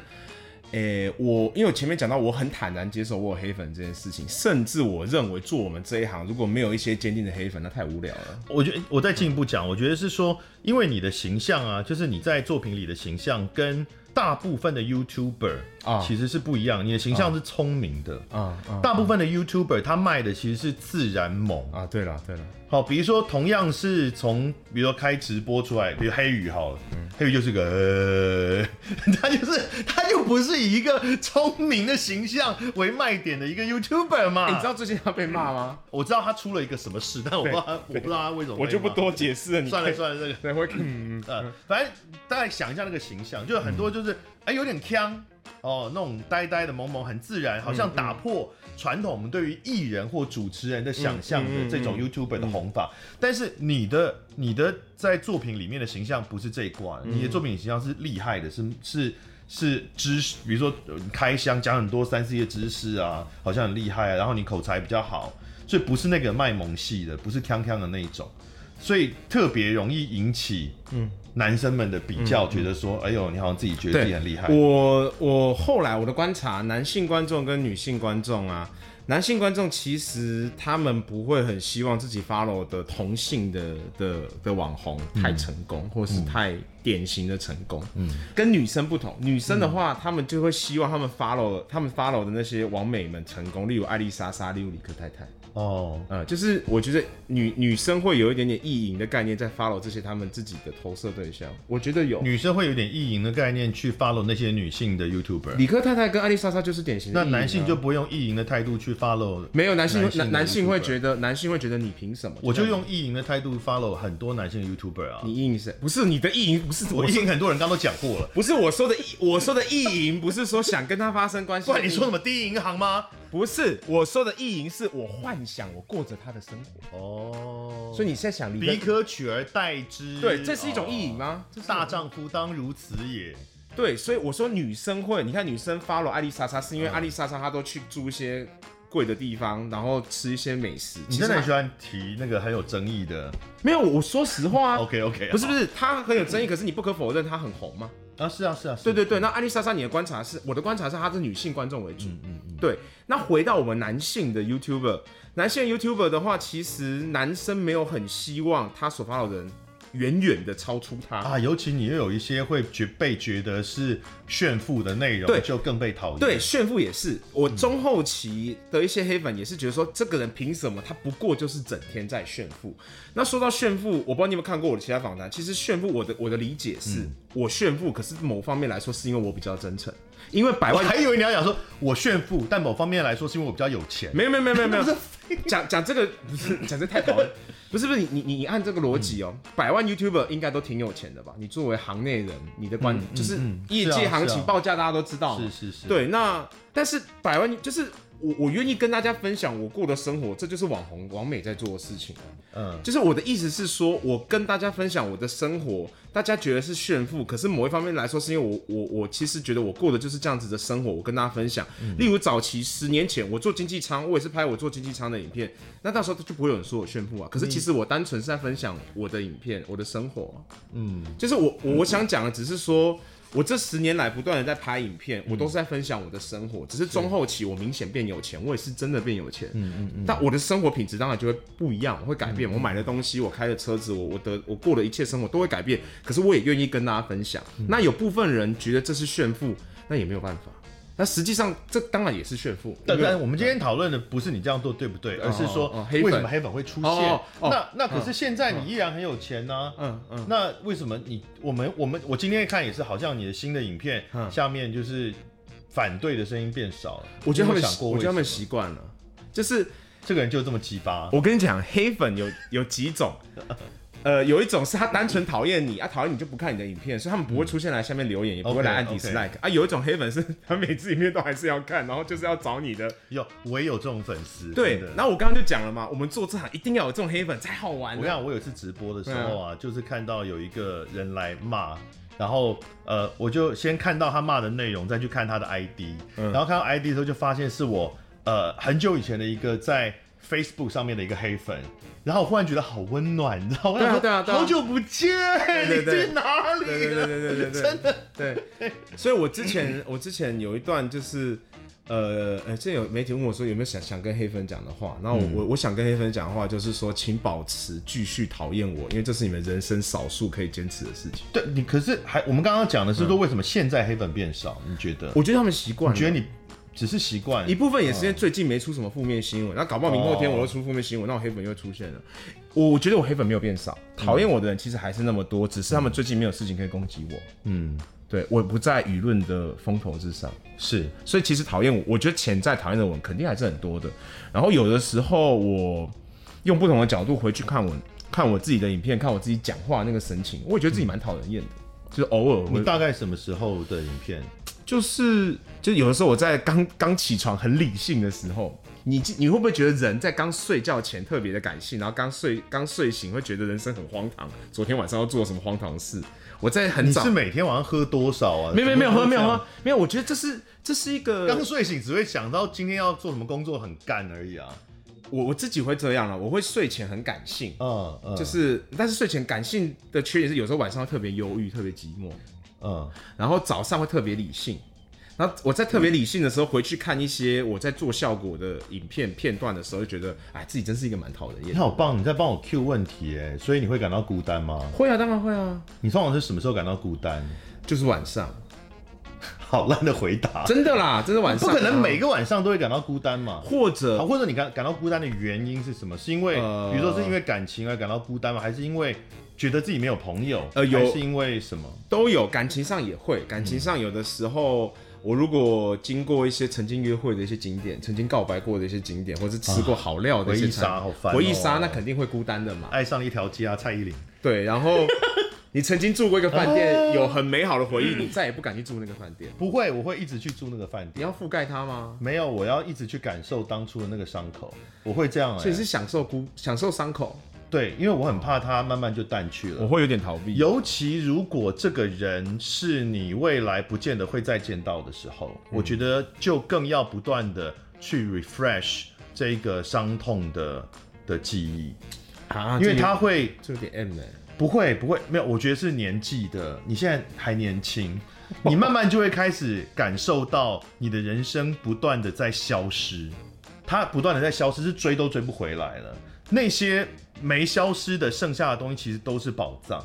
诶、我因为我前面讲到，我很坦然接受我有黑粉这件事情，甚至我认为做我们这一行，如果没有一些坚定的黑粉，那太无聊了。我觉得我再进一步讲，我觉得是说，因为你的形象啊，就是你在作品里的形象跟大部分的 YouTuber 啊其实是不一样。你的形象是聪明的，啊啊大部分的 YouTuber 他卖的其实是自然萌。啊！对了对了，好，比如说同样是从，比如说开直播出来，比如黑羽好了，黑羽就是个，呃、 他就是他就不是以一个聪明的形象为卖点的一个 YouTuber 嘛。诶哎你知道最近他被骂吗？我知道他出了一个什么事，但我不知道他我不知道他为什么被骂，我就不多解释了，你算了可以，算了，这个。对，会嗯呃，反正大概想一下那个形象，就很多就是哎、有点腔哦，那种呆呆的萌萌，很自然，好像打破传统我们对于艺人或主持人的想象嗯嗯的嗯这种 YouTuber 的红法。但是你的你的在作品里面的形象不是这一挂，嗯你的作品里形象是厉害的，是是。是知识，比如说呃开箱讲很多三 C 的知识啊，好像很厉害啊，然后你口才比较好，所以不是那个卖萌系的，不是锵锵的那一种，所以特别容易引起男生们的比较，觉得说，哎呦，你好像自己觉得自己很厉害。我我后来我的观察，男性观众跟女性观众啊，男性观众其实他们不会很希望自己 follow 的同性的的的网红太成功，嗯或是太典型的成功。嗯，跟女生不同，女生的话，嗯他们就会希望他们 follow 他们 follow 的那些网美们成功，例如艾丽莎莎，例如李克太太。哦，呃，就是我觉得女女生会有一点点意淫的概念在 follow 这些他们自己的投射对象，我觉得有。女生会有点意淫的概念去 follow 那些女性的 YouTuber，理科太太跟艾丽莎莎就是典型那的意淫啊、男性就不会用意淫的态度去 follow，没有男性男性的男男性 YouTuber 会觉得男性会觉得你凭什么？我就用意淫的态度 follow 很多男性的 YouTuber 啊。你意淫谁？不是你的意淫，不是我我意意，淫很多人刚刚都讲 过了，不是我说的意，我说的意淫不是说想跟他发生关系。不然你说什么第一银行吗？不是我说的意淫，是我幻想我过着他的生活。哦，所以你现在想理科彼可取而代之，对，这是一种意淫哦？吗？这是大丈夫当如此也。对，所以我说女生会，你看女生 follow 艾丽莎莎，是因为艾丽莎莎她都去住一些贵的地方，然后吃一些美食。你其实真的很她喜欢提那个很有争议的没有？我说实话啊， ？OK OK，不是不是，她很有争议，可是你不可否认她很红嘛。啊，是啊是啊，是啊对对对，那艾丽莎莎，你的观察是，我的观察是，她是女性观众为主。对，那回到我们男性的 YouTuber，男性 YouTuber 的话，其实男生没有很希望他所 follow 的人远远的超出他。啊，尤其你又有一些会觉被觉得是炫富的内容，对就更被讨厌。对，，炫富也是。我中后期的一些黑粉也是觉得说，这个人凭什么？他不过就是整天在炫富。那说到炫富，我不知道你有没有看过我的其他访谈。其实炫富，我的我的理解是，我炫富，可是某方面来说，是因为我比较真诚，因为百我万还以为你要讲说我炫富，但某方面来说是因为我比较有钱。没有没有没有没 有没有，讲讲这个 不是讲这太薄了，不是不是你你你你按这个逻辑哦，嗯百万 YouTuber 应该都挺有钱的吧？你作为行内人，你的观就是嗯业是界啊行是情啊报价大家都知道嘛，是是是，，对，那但是百万就是我我愿意跟大家分享我过的生活，这就是网红王美在做的事情啊。嗯，就是我的意思是说，我跟大家分享我的生活，大家觉得是炫富，可是某一方面来说，是因为我我我其实觉得我过的就是这样子的生活，我跟大家分享。例如早期十年前我做经济舱，我也是拍我做经济舱的影片，那到时候就不会有人说我炫富啊。可是其实我单纯是在分享我的影片，我的生活啊。就是我我我想讲的只是说，我这十年来不断的在拍影片，我都是在分享我的生活，只是中后期我明显变有钱，我也是真的变有钱，嗯嗯嗯，但我的生活品质当然就会不一样，我会改变，我买的东西，我开的车子，我我的我过的一切生活都会改变，可是我也愿意跟大家分享。那有部分人觉得这是炫富，那也没有办法。那实际上，这当然也是炫富。但因为但我们今天讨论的不是你这样做对不对，而是哦哦说黑粉为什么黑粉会出现哦？哦那那可是现在你依然很有钱呢。嗯嗯，那为什么你我们我们我今天看也是，好像你的新的影片嗯下面就是反对的声音变少了。我觉得他你有没有们想习，过我为觉什得么，他们习惯了，就是这个人就这么鸡巴。 我跟你讲，黑粉有有几种，呃，有一种是他单纯讨厌你啊，讨厌你就不看你的影片，所以他们不会出现来下面留言，也不会来按 OK，OK dislike 啊。有一种黑粉是他每次影片都还是要看，然后就是要找你的有我也有这种粉丝，对真的，然后我刚刚就讲了嘛，我们做这行一定要有这种黑粉才好玩我跟你啊。讲，我有一次直播的时候嗯啊，就是看到有一个人来骂，然后呃，我就先看到他骂的内容，再去看他的 ID，、然嗯后看到 ID 的时候，就发现是我呃很久以前的一个在 Facebook 上面的一个黑粉，然后我忽然觉得好温暖，你知道吗？对我想啊说对啊对啊好久不见，对对你去哪里了？啊对对对对对对，真的对。所以我之前我之前有一段就是，呃呃，这有媒体问我说有没有想想跟黑粉讲的话，然后我、我嗯我想跟黑粉讲的话就是说，请保持继续讨厌我，因为这是你们人生少数可以坚持的事情。对你可是还我们刚刚讲的是说为什么现在黑粉变少？你觉得？嗯我觉得他们习惯你觉了。得你只是习惯一？部分也是因为最近没出什么负面新闻，那哦搞不好明后天我又出负面新闻，那我黑粉又出现了。我我觉得我黑粉没有变少，讨厌我的人其实还是那么多，只是他们最近没有事情可以攻击我。嗯，对我不在舆论的风头之上，是所以其实讨厌我，我觉得潜在讨厌的我肯定还是很多的。然后有的时候我用不同的角度回去看我看我自己的影片，看我自己讲话那个神情，我也觉得自己蛮讨人厌的。就是哦偶尔你会，大概什么时候的影片？就是就有的时候我在刚刚起床很理性的时候，你你会不会觉得人在刚睡觉前特别的感性，然后刚睡刚睡醒会觉得人生很荒唐，昨天晚上要做什么荒唐的事？我在很你早是每天晚上喝多少啊？没有没有没有喝没有怎么会这样喝。没有，我觉得这是这是一个刚睡醒只会想到今天要做什么工作，很干而已啊。我我自己会这样了，我会睡前很感性，嗯嗯，就是但是睡前感性的缺点是有时候晚上会特别忧郁、特别寂寞，嗯然后早上会特别理性。然后我在特别理性的时候回去看一些我在做效果的影片片段的时候，就觉得哎，自己真是一个蛮讨人厌你的。好棒，你在帮我 Q 问题哎，所以你会感到孤单吗？会啊，当然会啊，你通常是什么时候感到孤单？就是晚上，好烂的回答，真的啦，真的晚不上。啊可能每个晚上都会感到孤单嘛。或好，者或者你感感到孤单的原因是什么？是因为呃比如说是因为感情而感到孤单吗？还是因为觉得自己没有朋友？呃有还是因为什么？都有，感情上也会，感情上有的时候，我如果经过一些曾经约会的一些景点，曾经告白过的一些景点，或是吃过好料的一些餐啊回忆杀好烦哦回忆杀那肯定会孤单的嘛。爱上一条街啊，蔡依林。对，然后你曾经住过一个饭店，哦有很美好的回忆，你再也不敢去住那个饭店，不会，我会一直去住那个饭你店。要覆盖它吗？没有，我要一直去感受当初的那个伤口。我会这样哎、嗯哎所以是享受孤，享受伤口，对，因为我很怕它慢慢就淡去了。会有点逃避。尤其如果这个人是你未来不见得会再见到的时候，嗯我觉得就更要不断的去 refresh 这一个伤痛的的记忆，啊，因为这个他会这有点 M 欸呢、不会不会没有，我觉得是年纪的，你现在还年 轻，你慢慢就会开始感受到你的人生不断的在消失，它不断的在消失，是追都追不回来了。那些没消失的剩下的东西，其实都是宝藏，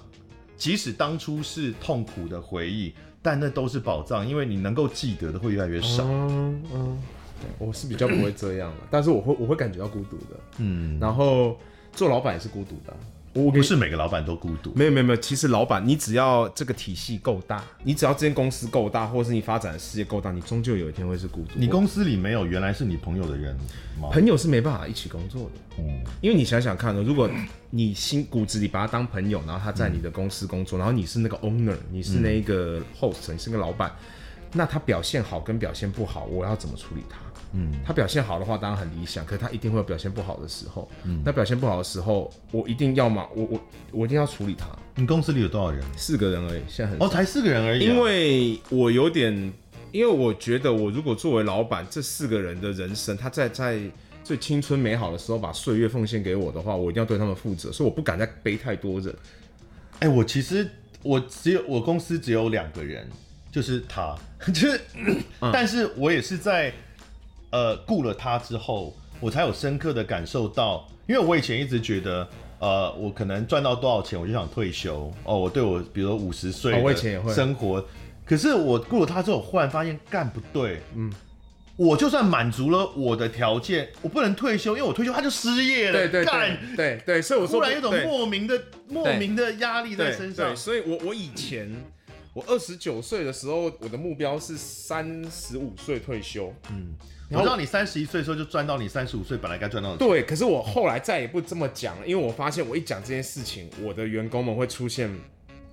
即使当初是痛苦的回忆，但那都是宝藏，因为你能够记得的会越来越少。嗯嗯，对我是比较不会这样的，啊但是我会我会感觉到孤独的。嗯，然后做老板也是孤独的啊、我不跟是每个老板都孤独。没有没有没有，其实老板，你只要这个体系够大，你只要这间公司够大，或是你发展的事业够大，你终究有一天会是孤独。你公司里没有原来是你朋友的人吗？朋友是没办法一起工作的，嗯因为你想想看哦，如果你心骨子里把他当朋友，然后他在你的公司工嗯作，然后你是那个 owner，你是那一个 host，你是那个老板，那他表现好跟表现不好，我要怎么处理他？嗯，他表现好的话当然很理想，可是他一定会有表现不好的时候。嗯，那表现不好的时候，我一定要嘛，我我我一定要处理他。你公司里有多少人？四个人而已，现在很少哦，才四个人而已啊、因为我有点，因为我觉得我如果作为老板，这四个人的人生，他在在最青春美好的时候把岁月奉献给我的话，我一定要对他们负责，所以我不敢再背太多人。哎、我其实我只有我公司只有两个人，就是他， 就是，嗯但是我也是在呃雇了他之后，我才有深刻的感受到，因为我以前一直觉得。呃，我可能赚到多少钱，我就想退休哦。我对我，比如说五十岁哦我以前也会的生活，可是我雇了他之后，我忽然发现干不对，嗯，我就算满足了我的条件，我不能退休，因为我退休他就失业了，对对干对，对对，所以我说忽然有种对莫名的莫名的压力在对身上对，所以我我以前我二十九岁的时候，我的目标是三十五岁退休。我知道你三十一岁的时候就赚到你三十五岁本来该赚到的钱，对，可是我后来再也不这么讲了，因为我发现我一讲这件事情，我的员工们会出现，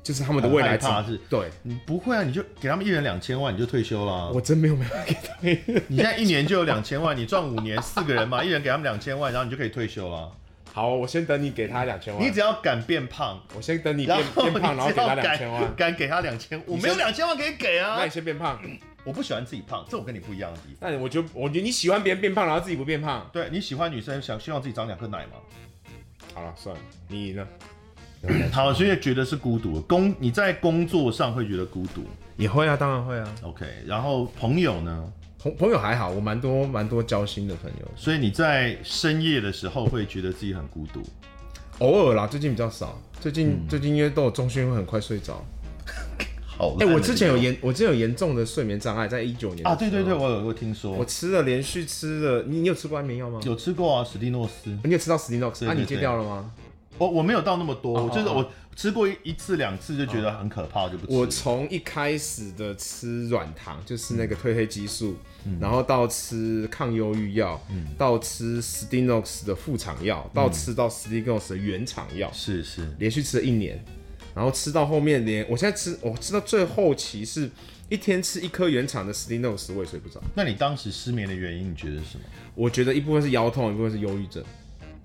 就是他们的未来很害怕是对，你不会啊，你就给他们一人两千万你就退休啦。我真没有办法给他们。你现在一年就有两千万，你赚五年四个 人嘛，一人给他们两千万，然后你就可以退休啦。好，我先等你给他两千万，你只要敢变胖，我先等你然变后变胖，然你后给只要他敢两 千万。敢给他两千，我你没有先两千万可以给那啊你。先变胖，我不喜欢自己胖，这我跟你不一样的地方。那我就我觉得你喜欢别人变胖，然后自己不变胖。对你喜欢女生想希望自己长两颗奶吗？ 好了，算了，你赢了。好，所以觉得是孤独的工，你在工作上会觉得孤独。也会啊，当然会啊。 OK，然后朋友呢？朋朋友还好，我蛮多蛮多交心的朋友，所以你在深夜的时候会觉得自己很孤独。偶尔啦，最近比较少。最近、最近因为都有中训，会很快睡着。好烂哎、的我之前有理由严，我之前有严重的睡眠障碍，在一九年的啊，对对时对，候，我有我听说我，吃了连续吃了，你你有吃过安眠药吗？有吃过啊，史蒂诺斯。你有吃到 s t i n o 对那、啊、对你戒掉了吗？我我没有到那么多，哦我就是哦我吃过一一次两次就觉得很可怕，我就不吃。我从一开始的吃软糖，就是那个褪黑激素，嗯然后到吃抗忧郁药，到吃 s t i n o 的副厂药，到吃到 s t i n o 的原厂药，是是，连续吃了一年，然后吃到后面连我现在吃，我吃到最后期是一天吃一颗原厂的 s t i n o 我也睡不着。那你当时失眠的原因你觉得是什么？我觉得一部分是腰痛，一部分是忧郁症。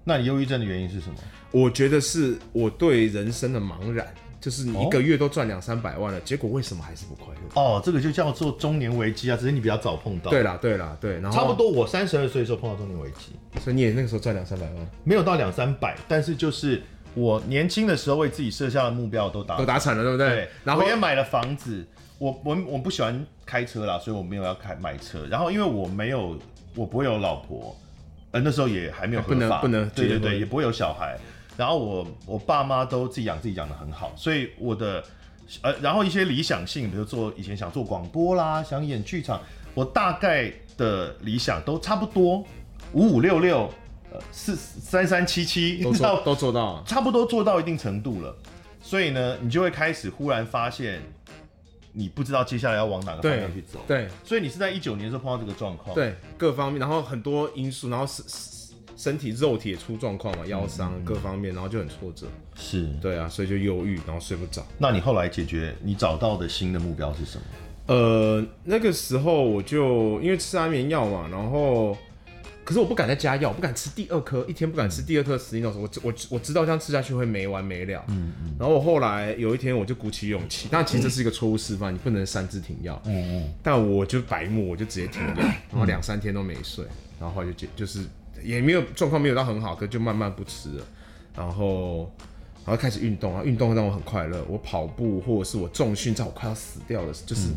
那你忧郁症的原因是什么？我觉得是我对人生的茫然，就是你一个月都赚两三百万了，结果为什么还是不快乐？哦，这个就叫做中年危机啊，只是你比较早碰到。对，啦，对啦，对，然后差不，多我三十二岁的时候碰到中年危机，所以你也那个时候赚两三百万，没有到两三百，但是就是我年轻的时候为自己设下的目标都达都到。打惨了，对不对？对，然然后后我也买了房子。我我我不喜欢开车啦，所以我没有要开买车。然后因为我没有，我不会有老婆，呃，那时候也还没有合哎不能法不能对对结婚对，也不会有小孩。然后我我爸妈都自己养自己养的很好，所以我的呃，然后一些理想性，比如做以前想做广播啦，想演剧场，我大概的理想都差不多，五五六六，呃，四三三七七，都你知道做都做到了，差不多做到一定程度了，所以呢，你就会开始忽然发现，你不知道接下来要往哪个方对向去走。对所以你是在一九年的时候碰到这个状况。，对，各方面，然后很多因素，然后身身体肉体也出状况嘛，腰伤各方面，然后就很挫折，是。对啊，所以就忧郁，然后睡不着。那你后来解决你找到的新的目标是什么？呃，那个时候我就因为吃安眠药嘛，然后可是我不敢再加药，不敢吃第二颗，一天不敢吃第二颗死 i n 我知我知我知道这样吃下去会没完没了。嗯嗯。然后我后来有一天我就鼓起勇气，但其实这是一个错误示范，你不能擅自停药。嗯嗯，但我就白目，我就直接停 药，然后两三天都没睡，然后后来就解就是也没有状况没有到很好，可就慢慢不吃了，然后然后开始运动，然后运动让我很快乐，我跑步或者是我重训，在我快要死掉的时，就是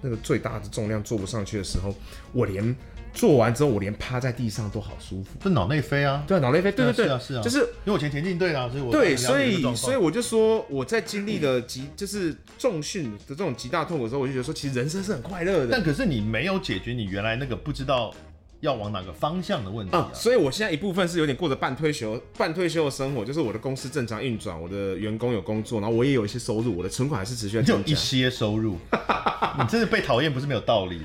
那个最大的重量做不上去的时候，我连做完之后我连趴在地上都好舒服，这脑内啡啊。对啊，脑内啡，对对对，是啊是啊，就是因为我以前田径队啦，所以我对，了解这个所以状况所以我就说，我在经历了极就是重训的这种极大痛苦的时候，我就觉得说，其实人生是很快乐的。但可是你没有解决你原来那个不知道要往哪个方向的问题啊啊、。所以我现在一部分是有点过着半退休、半退休的生活，就是我的公司正常运转，我的员工有工作，然后我也有一些收入，我的存款还是持续在你有增一加，些收 入，你真是被讨厌不是没有道理的。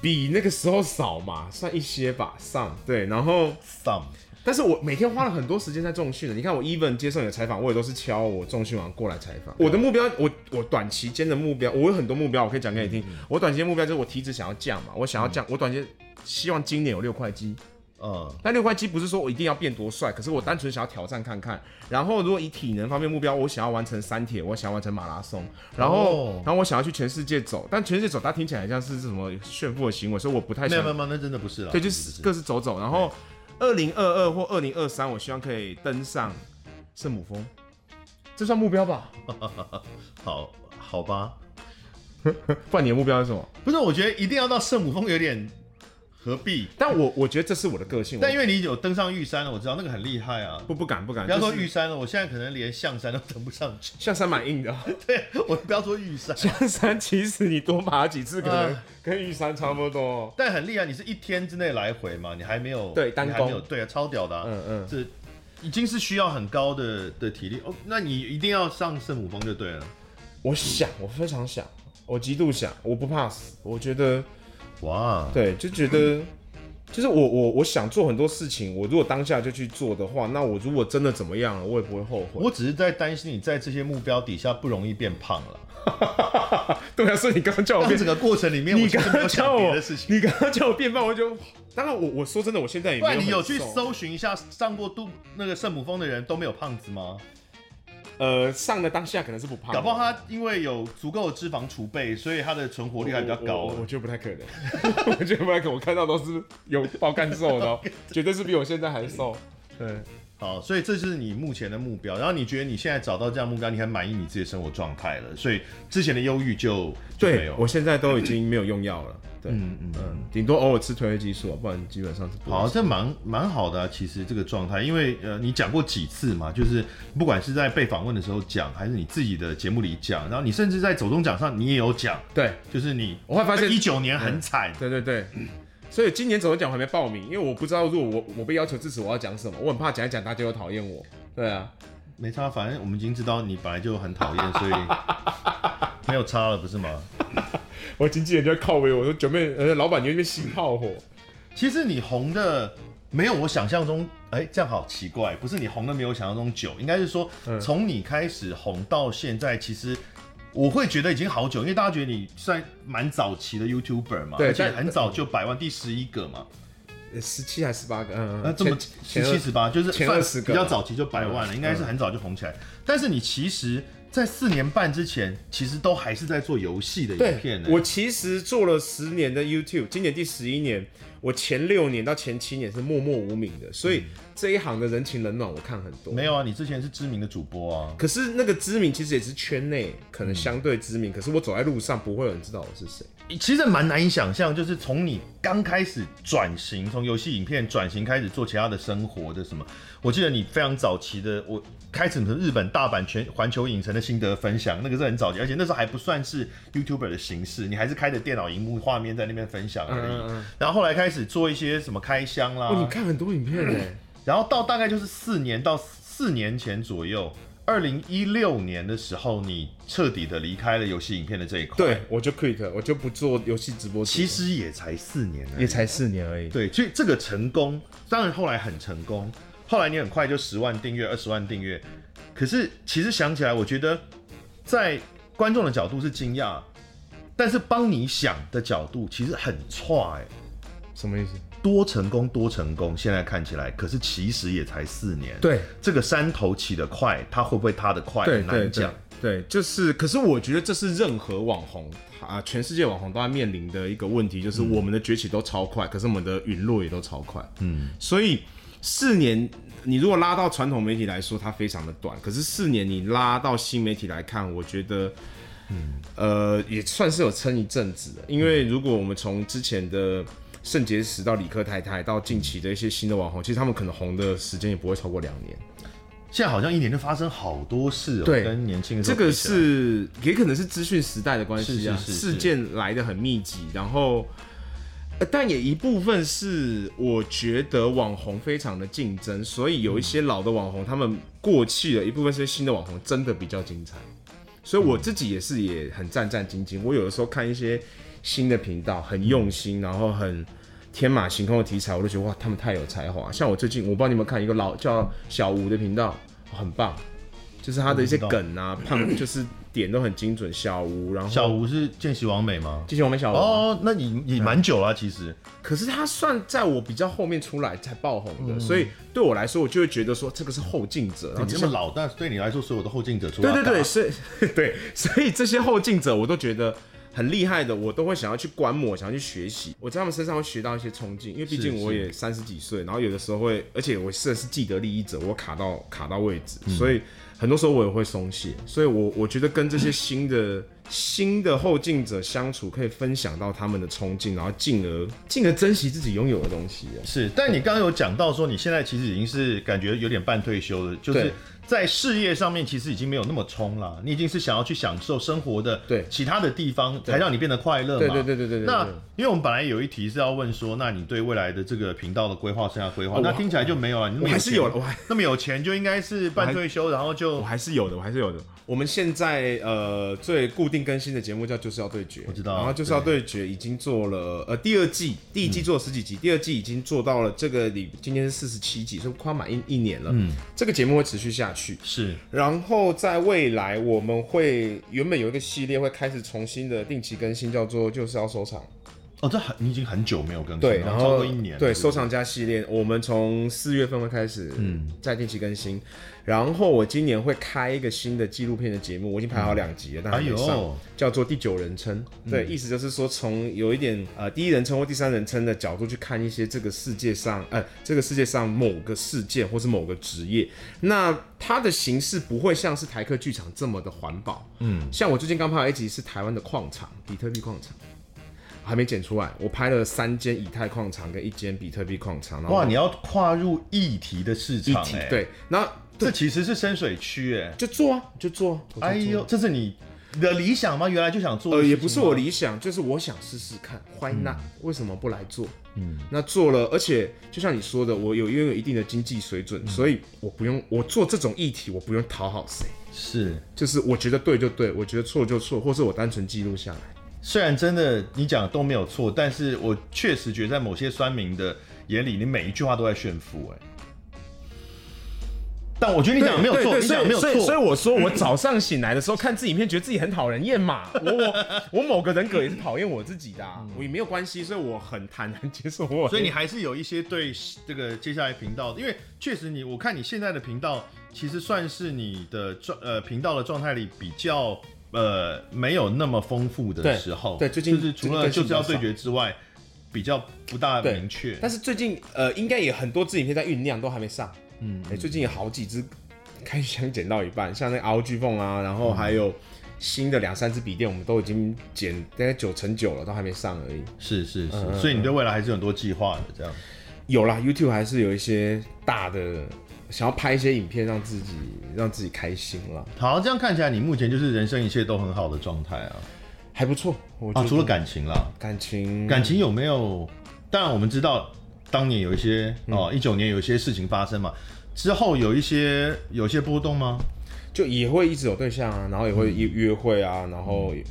比那个时候少嘛，算一些吧，上对。然后， Some 但是我每天花了很多时间在重训的，你看我 even 接受你的采访，我也都是敲我重训完过来采访。啊我的目标，我我短期间的目标，我有很多目标，我可以讲给你听。嗯我短期间目标就是我体脂想要降嘛，我想要降，我短期间希望今年有六块肌。嗯。那六块肌不是说我一定要变多帅，可是我单纯想要挑战看看。然后如果以体能方面目标，我想要完成三铁，我想要完成马拉松，然后、哦然后我想要去全世界走，但全世界走，它听起来很像是什么炫富的行为，所以我不太没想有没有，没有，那真的不是了。对，就真的是不各自走走。然后二零二二或二零二三，我希望可以登上圣母峰，这算目标吧？好好吧。不然你的目标是什么？不是，我觉得一定要到圣母峰有点何必？但我我觉得这是我的个性，但因为为你有登上玉山了，我知道那个很厉害啊。不不敢不敢，不要说就是玉山了，我现在可能连象山都登不上去。 象山蛮硬 的。对，我不要说玉山，象山其实你多爬几次，可能啊跟玉山差不多。但很厉害，你是一天之内来回嘛，你还没有对单你攻还没有对啊，超屌的、啊。嗯嗯，这已经是需要很高的的体力哦。那你一定要上圣母峰就对了。我想，我非常想，我极度想，我不怕死，我觉得哇，对，就觉得。就是我我我想做很多事情，我如果当下就去做的话，那我如果真的怎么样了，我也不会后悔。我只是在担心你在这些目标底下不容易变胖了。 对啊，所以你刚刚叫我在变整，个过程里面，你哎我其刚实没有刚叫想别我的事，情。你刚刚叫我变胖，我就当然我我说真的，我现在也不没有然你有很去瘦啊搜寻一下上过杜那个圣母峰的人都没有胖子吗？呃上的当下可能是不胖的，搞不好他因为有足够的脂肪储备，所以他的存活率还比较我高啊我。我觉得不太可能， 我觉得不太可能，我看到都是有爆干瘦的、哦，绝对是比我现在还瘦。 对，好，所以这是你目前的目标。然后你觉得你现在找到这样目标，你很满意你自己的生活状态了，所以之前的忧郁就就没对有。我现在都已经没有用药了，对，嗯嗯顶多偶尔吃褪黑激素啊，不然基本上是不会好，吃。这蛮蛮好的、啊，其实这个状态，因为呃，你讲过几次嘛，就是不管是在被访问的时候讲，还是你自己的节目里讲，然后你甚至在走中奖上你也有讲，对，就是你我会发现一九年很惨，对对对。所以今年走的奖我还没报名，因为我不知道如果我我被要求支持我要讲什么，我很怕讲一讲大家又讨厌我。对啊，没差，反正我们已经知道你本来就很讨厌， 所以没有差了，不是吗？我经纪人就在靠围我，我说九妹，呃，老板你有点心炮火。其实你红的没有我想象中，哎、这样好奇怪，不是你红的没有想象中久，应该是说嗯从你开始红到现在，其实。我会觉得已经好久，因为大家觉得你算蛮早期的 YouTuber 嘛，对而且但很早就百万第十一个嘛，呃十七还是十八个？嗯，那这么十前前七二十八，就是前算20个嗯比较早期就百万了，应该是很早就红起来。但是你其实，在四年半之前，其实都还是在做游戏的影片呢。我其实做了十年的 YouTube，今年第十一年，我前六年到前七年是默默无名的，所以这一行的人情冷暖我看很多。没有啊，你之前是知名的主播啊。可是那个知名其实也是圈内可能相对嗯知名，可是我走在路上不会有人知道我是谁。其实蛮难以想象，就是从你刚开始转型，从游戏影片转型开始做其他的生活的什么，我记得你非常早期的，我开始从日本大阪全环球影城的心得分享，那个是很早期，而且那时候还不算是 YouTuber 的形式，你还是开着电脑荧幕画面在那边分享而已。嗯嗯嗯然后后来开始做一些什么开箱啦，哦，你看很多影片呢、然后到大概就是四年到四年前左右，二零一六年的时候，你彻底的离开了游戏影片的这一块。对，，我就 quit，了我就不做游戏直播主了。其实也才四年而已也才四年而已。对，所以这个成功，当然后来很成功，后来你很快就十万订阅、二十万订阅。可是其实想起来，我觉得在观众的角度是惊讶，但是帮你想的角度其实很差哎、什么意思？多成功多成功，现在看起来，可是其实也才四年。，对，这个山头起得快，它会不会塌得快？对很难讲。。对，对就是，可是我觉得这是任何网红啊，全世界网红都在面临的一个问题，就是嗯我们的崛起都超快，可是我们的陨落也都超快。嗯，所以四年，你如果拉到传统媒体来说，它非常的短，可是四年你拉到新媒体来看，我觉得。嗯呃，也算是有撑一阵子的，因为如果我们从之前的肾结石到理科太太，到近期的一些新的网红，其实他们可能红的时间也不会超过两年。现在好像一年就发生好多事哦，对跟年轻的时这候个比起来是也可能是资讯时代的关系啊，是是是是事件来的很密集，然后，呃但也一部分是我觉得网红非常的竞争，所以有一些老的网红他们过气了，一部分是新的网红真的比较精彩，所以我自己也是也很战战兢兢。我有的时候看一些新的频道，很用心，然后很。天马行空的题材，我都觉得哇，他们太有才华。像我最近，我不知道你们看一个老叫小吴的频道，哦很棒，就是他的一些梗啊，胖就是点都很精准。小吴，然后小吴是见习王美吗？继续我们小吴，哦，那你你蛮久了啊、其实。可是他算在我比较后面出来才爆红的，所以对我来说，我就会觉得说这个是后进者。然嗯后你这这些么老，但对你来说，所有的后进者除了哦对阿对对，达，所以 对，所以这些后进者我都觉得很厉害的，我都会想要去观摩，想要去学习。我在他们身上会学到一些冲劲，因为毕竟是我也三十几岁，然后有的时候会，而且我是是既得利益者，我卡到卡到位置，所以很多时候我也会松懈。所以我我觉得跟这些新的。新的后进者相处，可以分享到他们的冲劲，然后进而进而珍惜自己拥有的东西啊。是。但你刚刚有讲到说，你现在其实已经是感觉有点半退休了，就是对在事业上面其实已经没有那么冲了，你已经是想要去享受生活的对其他的地方，才让你变得快乐嘛。对对对对对对那对因为我们本来有一题是要问说，那你对未来的这个频道的规划、生涯规划，哦那我听起来就没有啊了。你那么我还是钱有了我还那么有钱就应该是半退休，然后就我还是有的，我还是有的。我们现在呃最固定更新的节目叫就是要对决，我知道然后就是要对决已经做了呃第二季，第一季做了十几集，第二季已经做到了这个里今天是四十七集，所以快满一一年了。嗯，这个节目会持续下去。是然后在未来，我们会原本有一个系列会开始重新的定期更新，叫做就是要收藏。哦，这很你已经很久没有更新了，对，然超后过一年了，对是收藏家系列，我们从四月份会开始，嗯，再定期更新。然后我今年会开一个新的纪录片的节目，我已经排好两集了，但还没哎上呦，叫做第九人称。对，意思就是说从有一点呃第一人称或第三人称的角度去看一些这个世界上，呃，这个世界上某个事件或是某个职业，那它的形式不会像是台客剧场这么的环保。嗯，像我最近刚拍了一集是台湾的矿场，比特币矿场。还没剪出来，我拍了三间以太矿场跟一间比特币矿场，然不后是哇，你要跨入议题的市一场，体哎，对，然后这其实是深水区，哎，就做啊，就做、啊，我就做啊哎呦，这是你的理想吗？原来就想做的呃，事情吗，也不是我理想，就是我想试试看，Why 嗯 not？、为什么不来做？嗯，那做了，而且就像你说的，我有拥有一定的经济水嗯准，所以我不用我做这种议题，我不用讨好谁，是。就是我觉得对就对，我觉得错就错，或是我单纯记录下来。虽然真的你讲的都没有错，但是我确实觉得在某些酸民的眼里，你每一句话都在炫富、哎，但我觉得你讲的没有对错，对你讲的没有所以所以所以错。我说我早上醒来的时候看自己影片，觉得自己很讨人厌嘛。我我我某个人格也是讨厌我自己的、啊，我也没有关系，所以我很坦然接受嗯我。所以你还是有一些对这个接下来频道，因为确实你，我看你现在的频道其实算是你的状呃频道的状态里比较呃没有那么丰富的对时候，对最近就是除了最近就是要对比较决之外，比较不大对明确。但是最近呃，应该也很多自影片在酝酿，都还没上。嗯，哎、最近有好几支开箱剪到一半，像那个 ROG 凤啊，然嗯后还有新的两三支笔电，我们都已经剪大概九成九了，都还没上而已。是是嗯是，所以你对未来还是有很多计划的，这样。有啦，YouTube 还是有一些大的，想要拍一些影片让自己让自己开心啦，好，这样看起来你目前就是人生一切都很好的状态啊还不错。我觉啊，得除了感情啦，感情感情有没有？当然我们知道当年有一些嗯哦，一九年有一些事情发生嘛，之后有一些有一些波动吗？就也会一直有对象啊，然后也会嗯约约会啊，然后也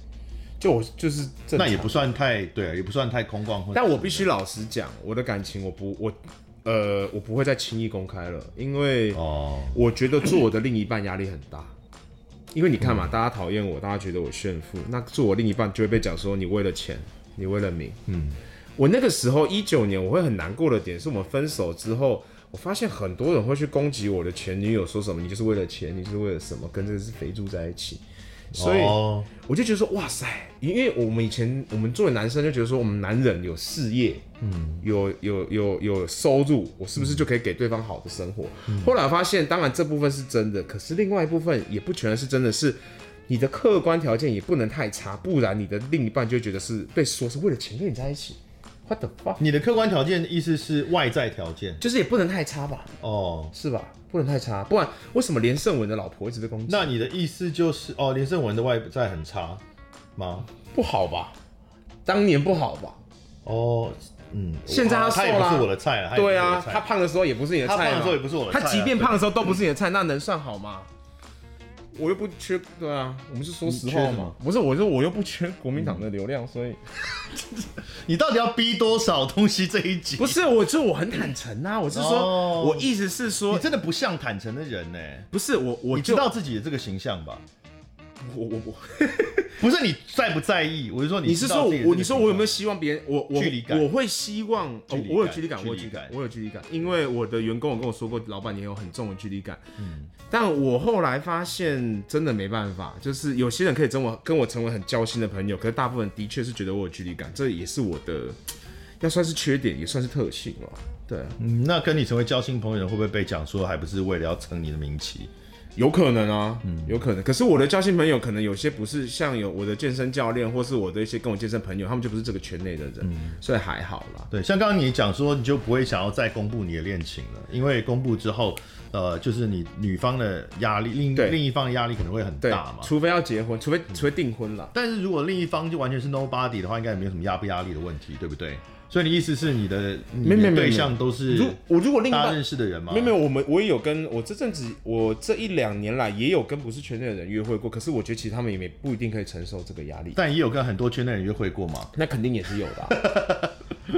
就我就是正那也常不算太对，也不算太空旷或者。但我必须老实讲，我的感情我不我，呃，我不会再轻易公开了，因为哦，我觉得做我的另一半压力很大。因为你嗯看嘛，大家讨厌我，大家觉得我炫富，那做我另一半就会被讲说你为了钱，你为了名。嗯，我那个时候一九年，我会很难过的点是我们分手之后，我发现很多人会去攻击我的前女友，说什么你就是为了钱，你就是为了什么跟这个是肥猪在一起，所以。哦我就觉得说，哇塞，因为我们以前我们作为男生就觉得说，我们男人有事业，嗯，有有有有收入，我是不是就可以给对方好的生活？后来发现，当然这部分是真的，可是另外一部分也不全然是真的是，你的客观条件也不能太差，不然你的另一半就会觉得是被说是为了钱跟你在一起，what the fuck，你的客观条件意思是外在条件就是也不能太差吧，哦。是吧？不能太差，不然为什么连胜文的老婆一直被攻击？那你的意思就是哦，连胜文的外在很差吗？不好吧？当年不好吧？哦，嗯，现在他他瘦也不是啦我的菜了，他也不对是我的啊，菜他胖的时候也不是你的菜嘛，他胖的时候也不是我的菜啊他即便胖的时候都不是你的菜，那能算好吗？ 我又不缺，对啊，我们是说实你缺话什嘛么，不是，我说我又不缺国民党的流量，所以你到底要逼多少东西这一集？不是，我就我很坦诚啊，我是哦说，我意思是你说，真的不像坦诚的人呢、不是我，我你知就道自己的这个形象吧？我我我，不是你在不在意，我是说你你知是道说自己的这个我，你说我有没有形希望别人，我我距离感我会希望，哦距离感我有距离感，距离我有距离感感，我有距离感，因为我的员工我跟我说过，老板也有很重的距离感，嗯但我后来发现，真的没办法，就是有些人可以跟我跟我成为很交心的朋友，可是大部分的确是觉得我有距离感，这也是我的，要算是缺点，也算是特性了。对，啊象？嗯，那跟你成为交心朋友的人会不会被讲说还不是为了要蹭你的名气？有可能啊，嗯有可能。可是我的交心朋友可能有些不是像有我的健身教练，或是我的一些跟我健身朋友，他们就不是这个圈内的人，嗯所以还好啦。对，像刚刚你讲说你就不会想要再公布你的恋情了，因为公布之后呃，就是你女方的压力，另对另一方的压力可能会很对大嘛，。嗯除非要结婚，除非除非订婚了。但是如果另一方就完全是 nobody 的话，应该也没有什么压不压力的问题，对不对？所以你意思是你的你没没的没对没象都是如我如果另一大家半认识的人吗？没有没有，我们我也有跟我这阵子，我这一两年来也有跟不是圈内的人约会过，可是我觉得其实他们也没不一定可以承受这个压力，但也有跟很多圈内人约会过嘛。那肯定也是有的啊、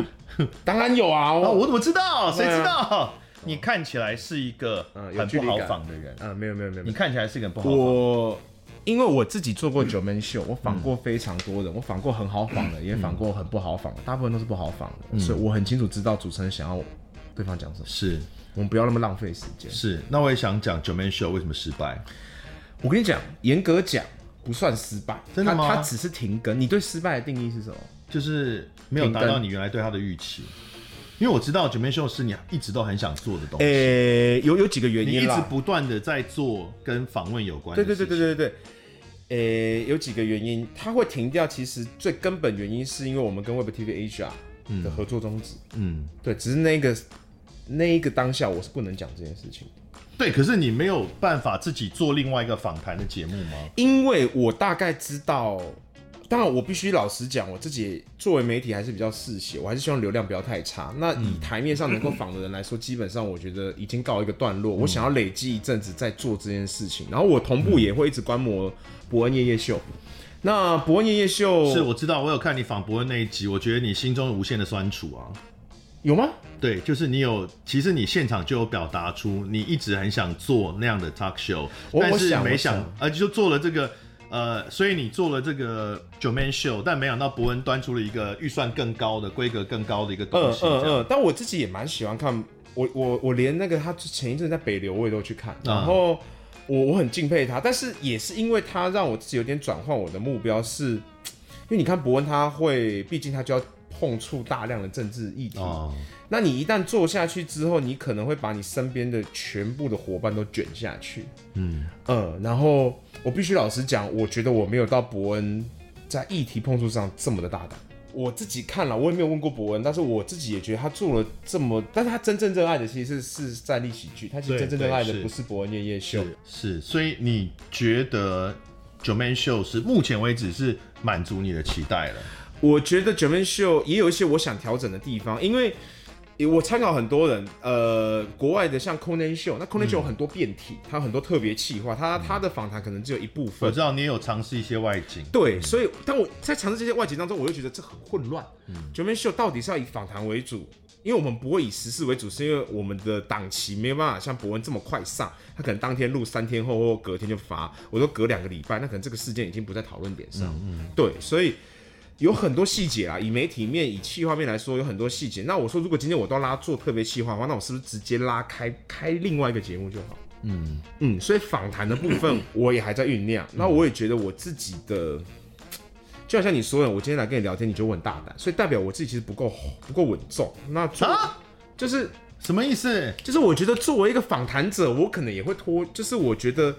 当然有啊，啊，我我怎么知道？谁对啊知道？你看起来是一个嗯有很距不离好感仿的人，啊没有没有没有没你有，看起来是一个很不好仿。我因为我自己做过九门秀，我访过非常多人，我访过很好访的，嗯也访过很不好访的，大部分都是不好访的，所以我很清楚知道主持人想要对方讲什么，是我们不要那么浪费时间。是，那我也想讲九妹秀为什么失败。我跟你讲，严格讲不算失败，真的吗他他只是停更。你对失败的定义是什么？就是没有达到你原来对他的预期。因为我知道九面秀是你一直都很想做的东西，诶、呃有有几个原哎你因一直啦。不断的在做跟访问有关的对事对情。对对对对对。诶、有几个原因，它会停掉。其实最根本原因是因为我们跟 Web TV Asia 的合作终止。嗯，对，只是那个那一个当下，我是不能讲这件事情的，对。可是你没有办法自己做另外一个访谈的节目吗？因为我大概知道。当然，我必须老实讲，我自己作为媒体还是比较嗜血，我还是希望流量不要太差。那嗯以台面上能够访的人来说，基本上我觉得已经告一个段嗯落。我想要累积一阵子再做这件事情，然后我同步嗯也会一直观摩伯恩夜夜秀。那伯恩夜夜秀是，我知道，我有看你访博恩那一集，我觉得你心中有无限的酸楚啊。有吗？对，就是你有，其实你现场就有表达出你一直很想做那样的 talk show，我但我是想没我想想，呃，就做了这个，呃，所以你做了这个九 man show，但没想到伯恩端出了一个预算更高的、规格更高的一个东嗯西，嗯这样嗯，但我自己也蛮喜欢看，我我我连那个他前一阵在北流我也都去看，嗯然后我我很敬佩他，但是也是因为他让我自己有点转换我的目标是，因为你看伯恩他会，毕竟他就要碰触大量的政治议题，哦，那你一旦做下去之后，你可能会把你身边的全部的伙伴都卷下去，嗯，嗯，然后我必须老实讲，我觉得我没有到伯恩在议题碰触上这么的大胆。我自己看了，我也没有问过伯恩，但是我自己也觉得他做了这么，但是他真正热爱的其实是是站立喜剧，他其实对真正热爱的对是不是伯恩夜夜秀，是是，所以你觉得九 man show 是目前为止是满足你的期待了，我觉得九面秀也有一些我想调整的地方，因为我参考很多人，呃，国外的像 Conan 秀，那 Conan 秀有嗯很多变体，它有很多特别企划，它它的访谈可能只有一部我分知，道你也有尝试一些外景，对，所以当我在尝试这些外景当中，我就觉得这很混乱。嗯九面秀到底是要以访谈为主，因为我们不会以时事为主，是因为我们的档期没有办法像博文这么快上，他可能当天录，三天后或隔天就发，我都隔两个礼拜，那可能这个事件已经不在讨论点上。嗯对，所以。有很多细节啊，以媒体面、以企划面来说，有很多细节。那我说，如果今天我都要拉做特别企划的话，那我是不是直接拉开开另外一个节目就好？嗯，所以访谈的部分我也还在酝酿。那我也觉得我自己的，嗯就好像你说的，我今天来跟你聊天，你觉得我很大胆，所以代表我自己其实不够不够稳重。那做、啊就是什么意思？就是我觉得作为一个访谈者，我可能也会拖，就是我觉得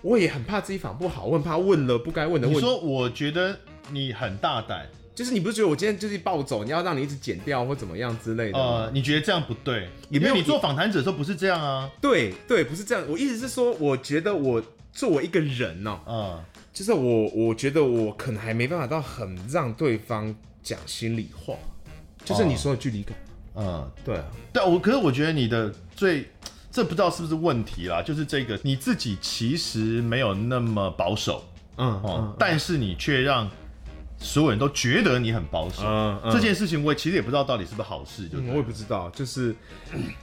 我也很怕自己访不好，我很怕问了不该问的你问题。说我觉得你很大胆，就是你不是觉得我今天就是暴走，你要让你一直剪掉或怎么样之类的吗？呃，你觉得这样不对，也没有因为你做访谈者的时候不是这样啊，对对，不是这样。我意思是说，我觉得我作为一个人呢、嗯。就是我，我觉得我可能还没办法到很让对方讲心里话，就是你说的距离感。嗯，对啊，但我可是我觉得你的最，这不知道是不是问题啦，就是这个你自己其实没有那么保守嗯哦，但是你却让所有人都觉得你很保守。嗯这件事情我其实也不知道到底是不是好事，就嗯对我了也不知道，就是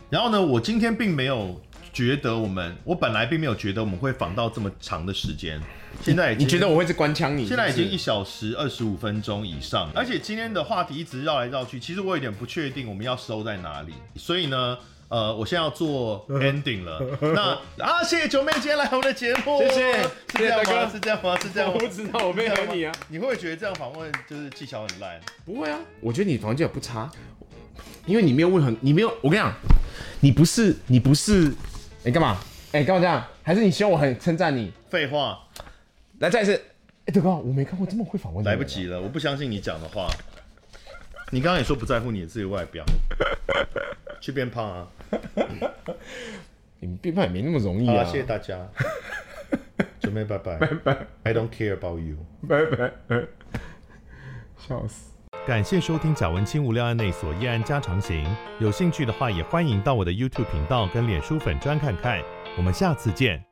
然后呢，我今天并没有觉得我们，我本来并没有觉得我们会访到这么长的时间，现在已经你觉得我会是官腔你？现在已嗯是不经是一小时二十五分钟以上，而且今天的话题一直绕来绕去，其实我有点不确定我们要收在哪里，所以呢。呃，我现在要做嗯 ending 了。那啊，谢谢九妹今天来我们的节目， 谢谢是这样吗？是这样吗？是这样吗我不？知道，我没有你啊，你会不会觉得这样访问就是技巧很烂？不会啊，我觉得你房间也不差，因为你没有问很，你没有，我跟你讲，你不是你不是，你干嘛？哎、干嘛这样？还是你希望我很称赞你？废话，来再一次，哎、德哥，我没看过这么会访问的来人啊不及了，我不相信你讲的话。你刚刚也说不在乎你的自己外表，去变胖啊？你们变卖也没那么容易好啦，啊。谢谢大 家，准备拜拜，拜拜，I don't care about you。拜拜，笑死。感谢收听贾文清无料案内所依案家常行，有兴趣的话也欢迎到我的 YouTube 频道跟脸书粉专看看，我们下次见。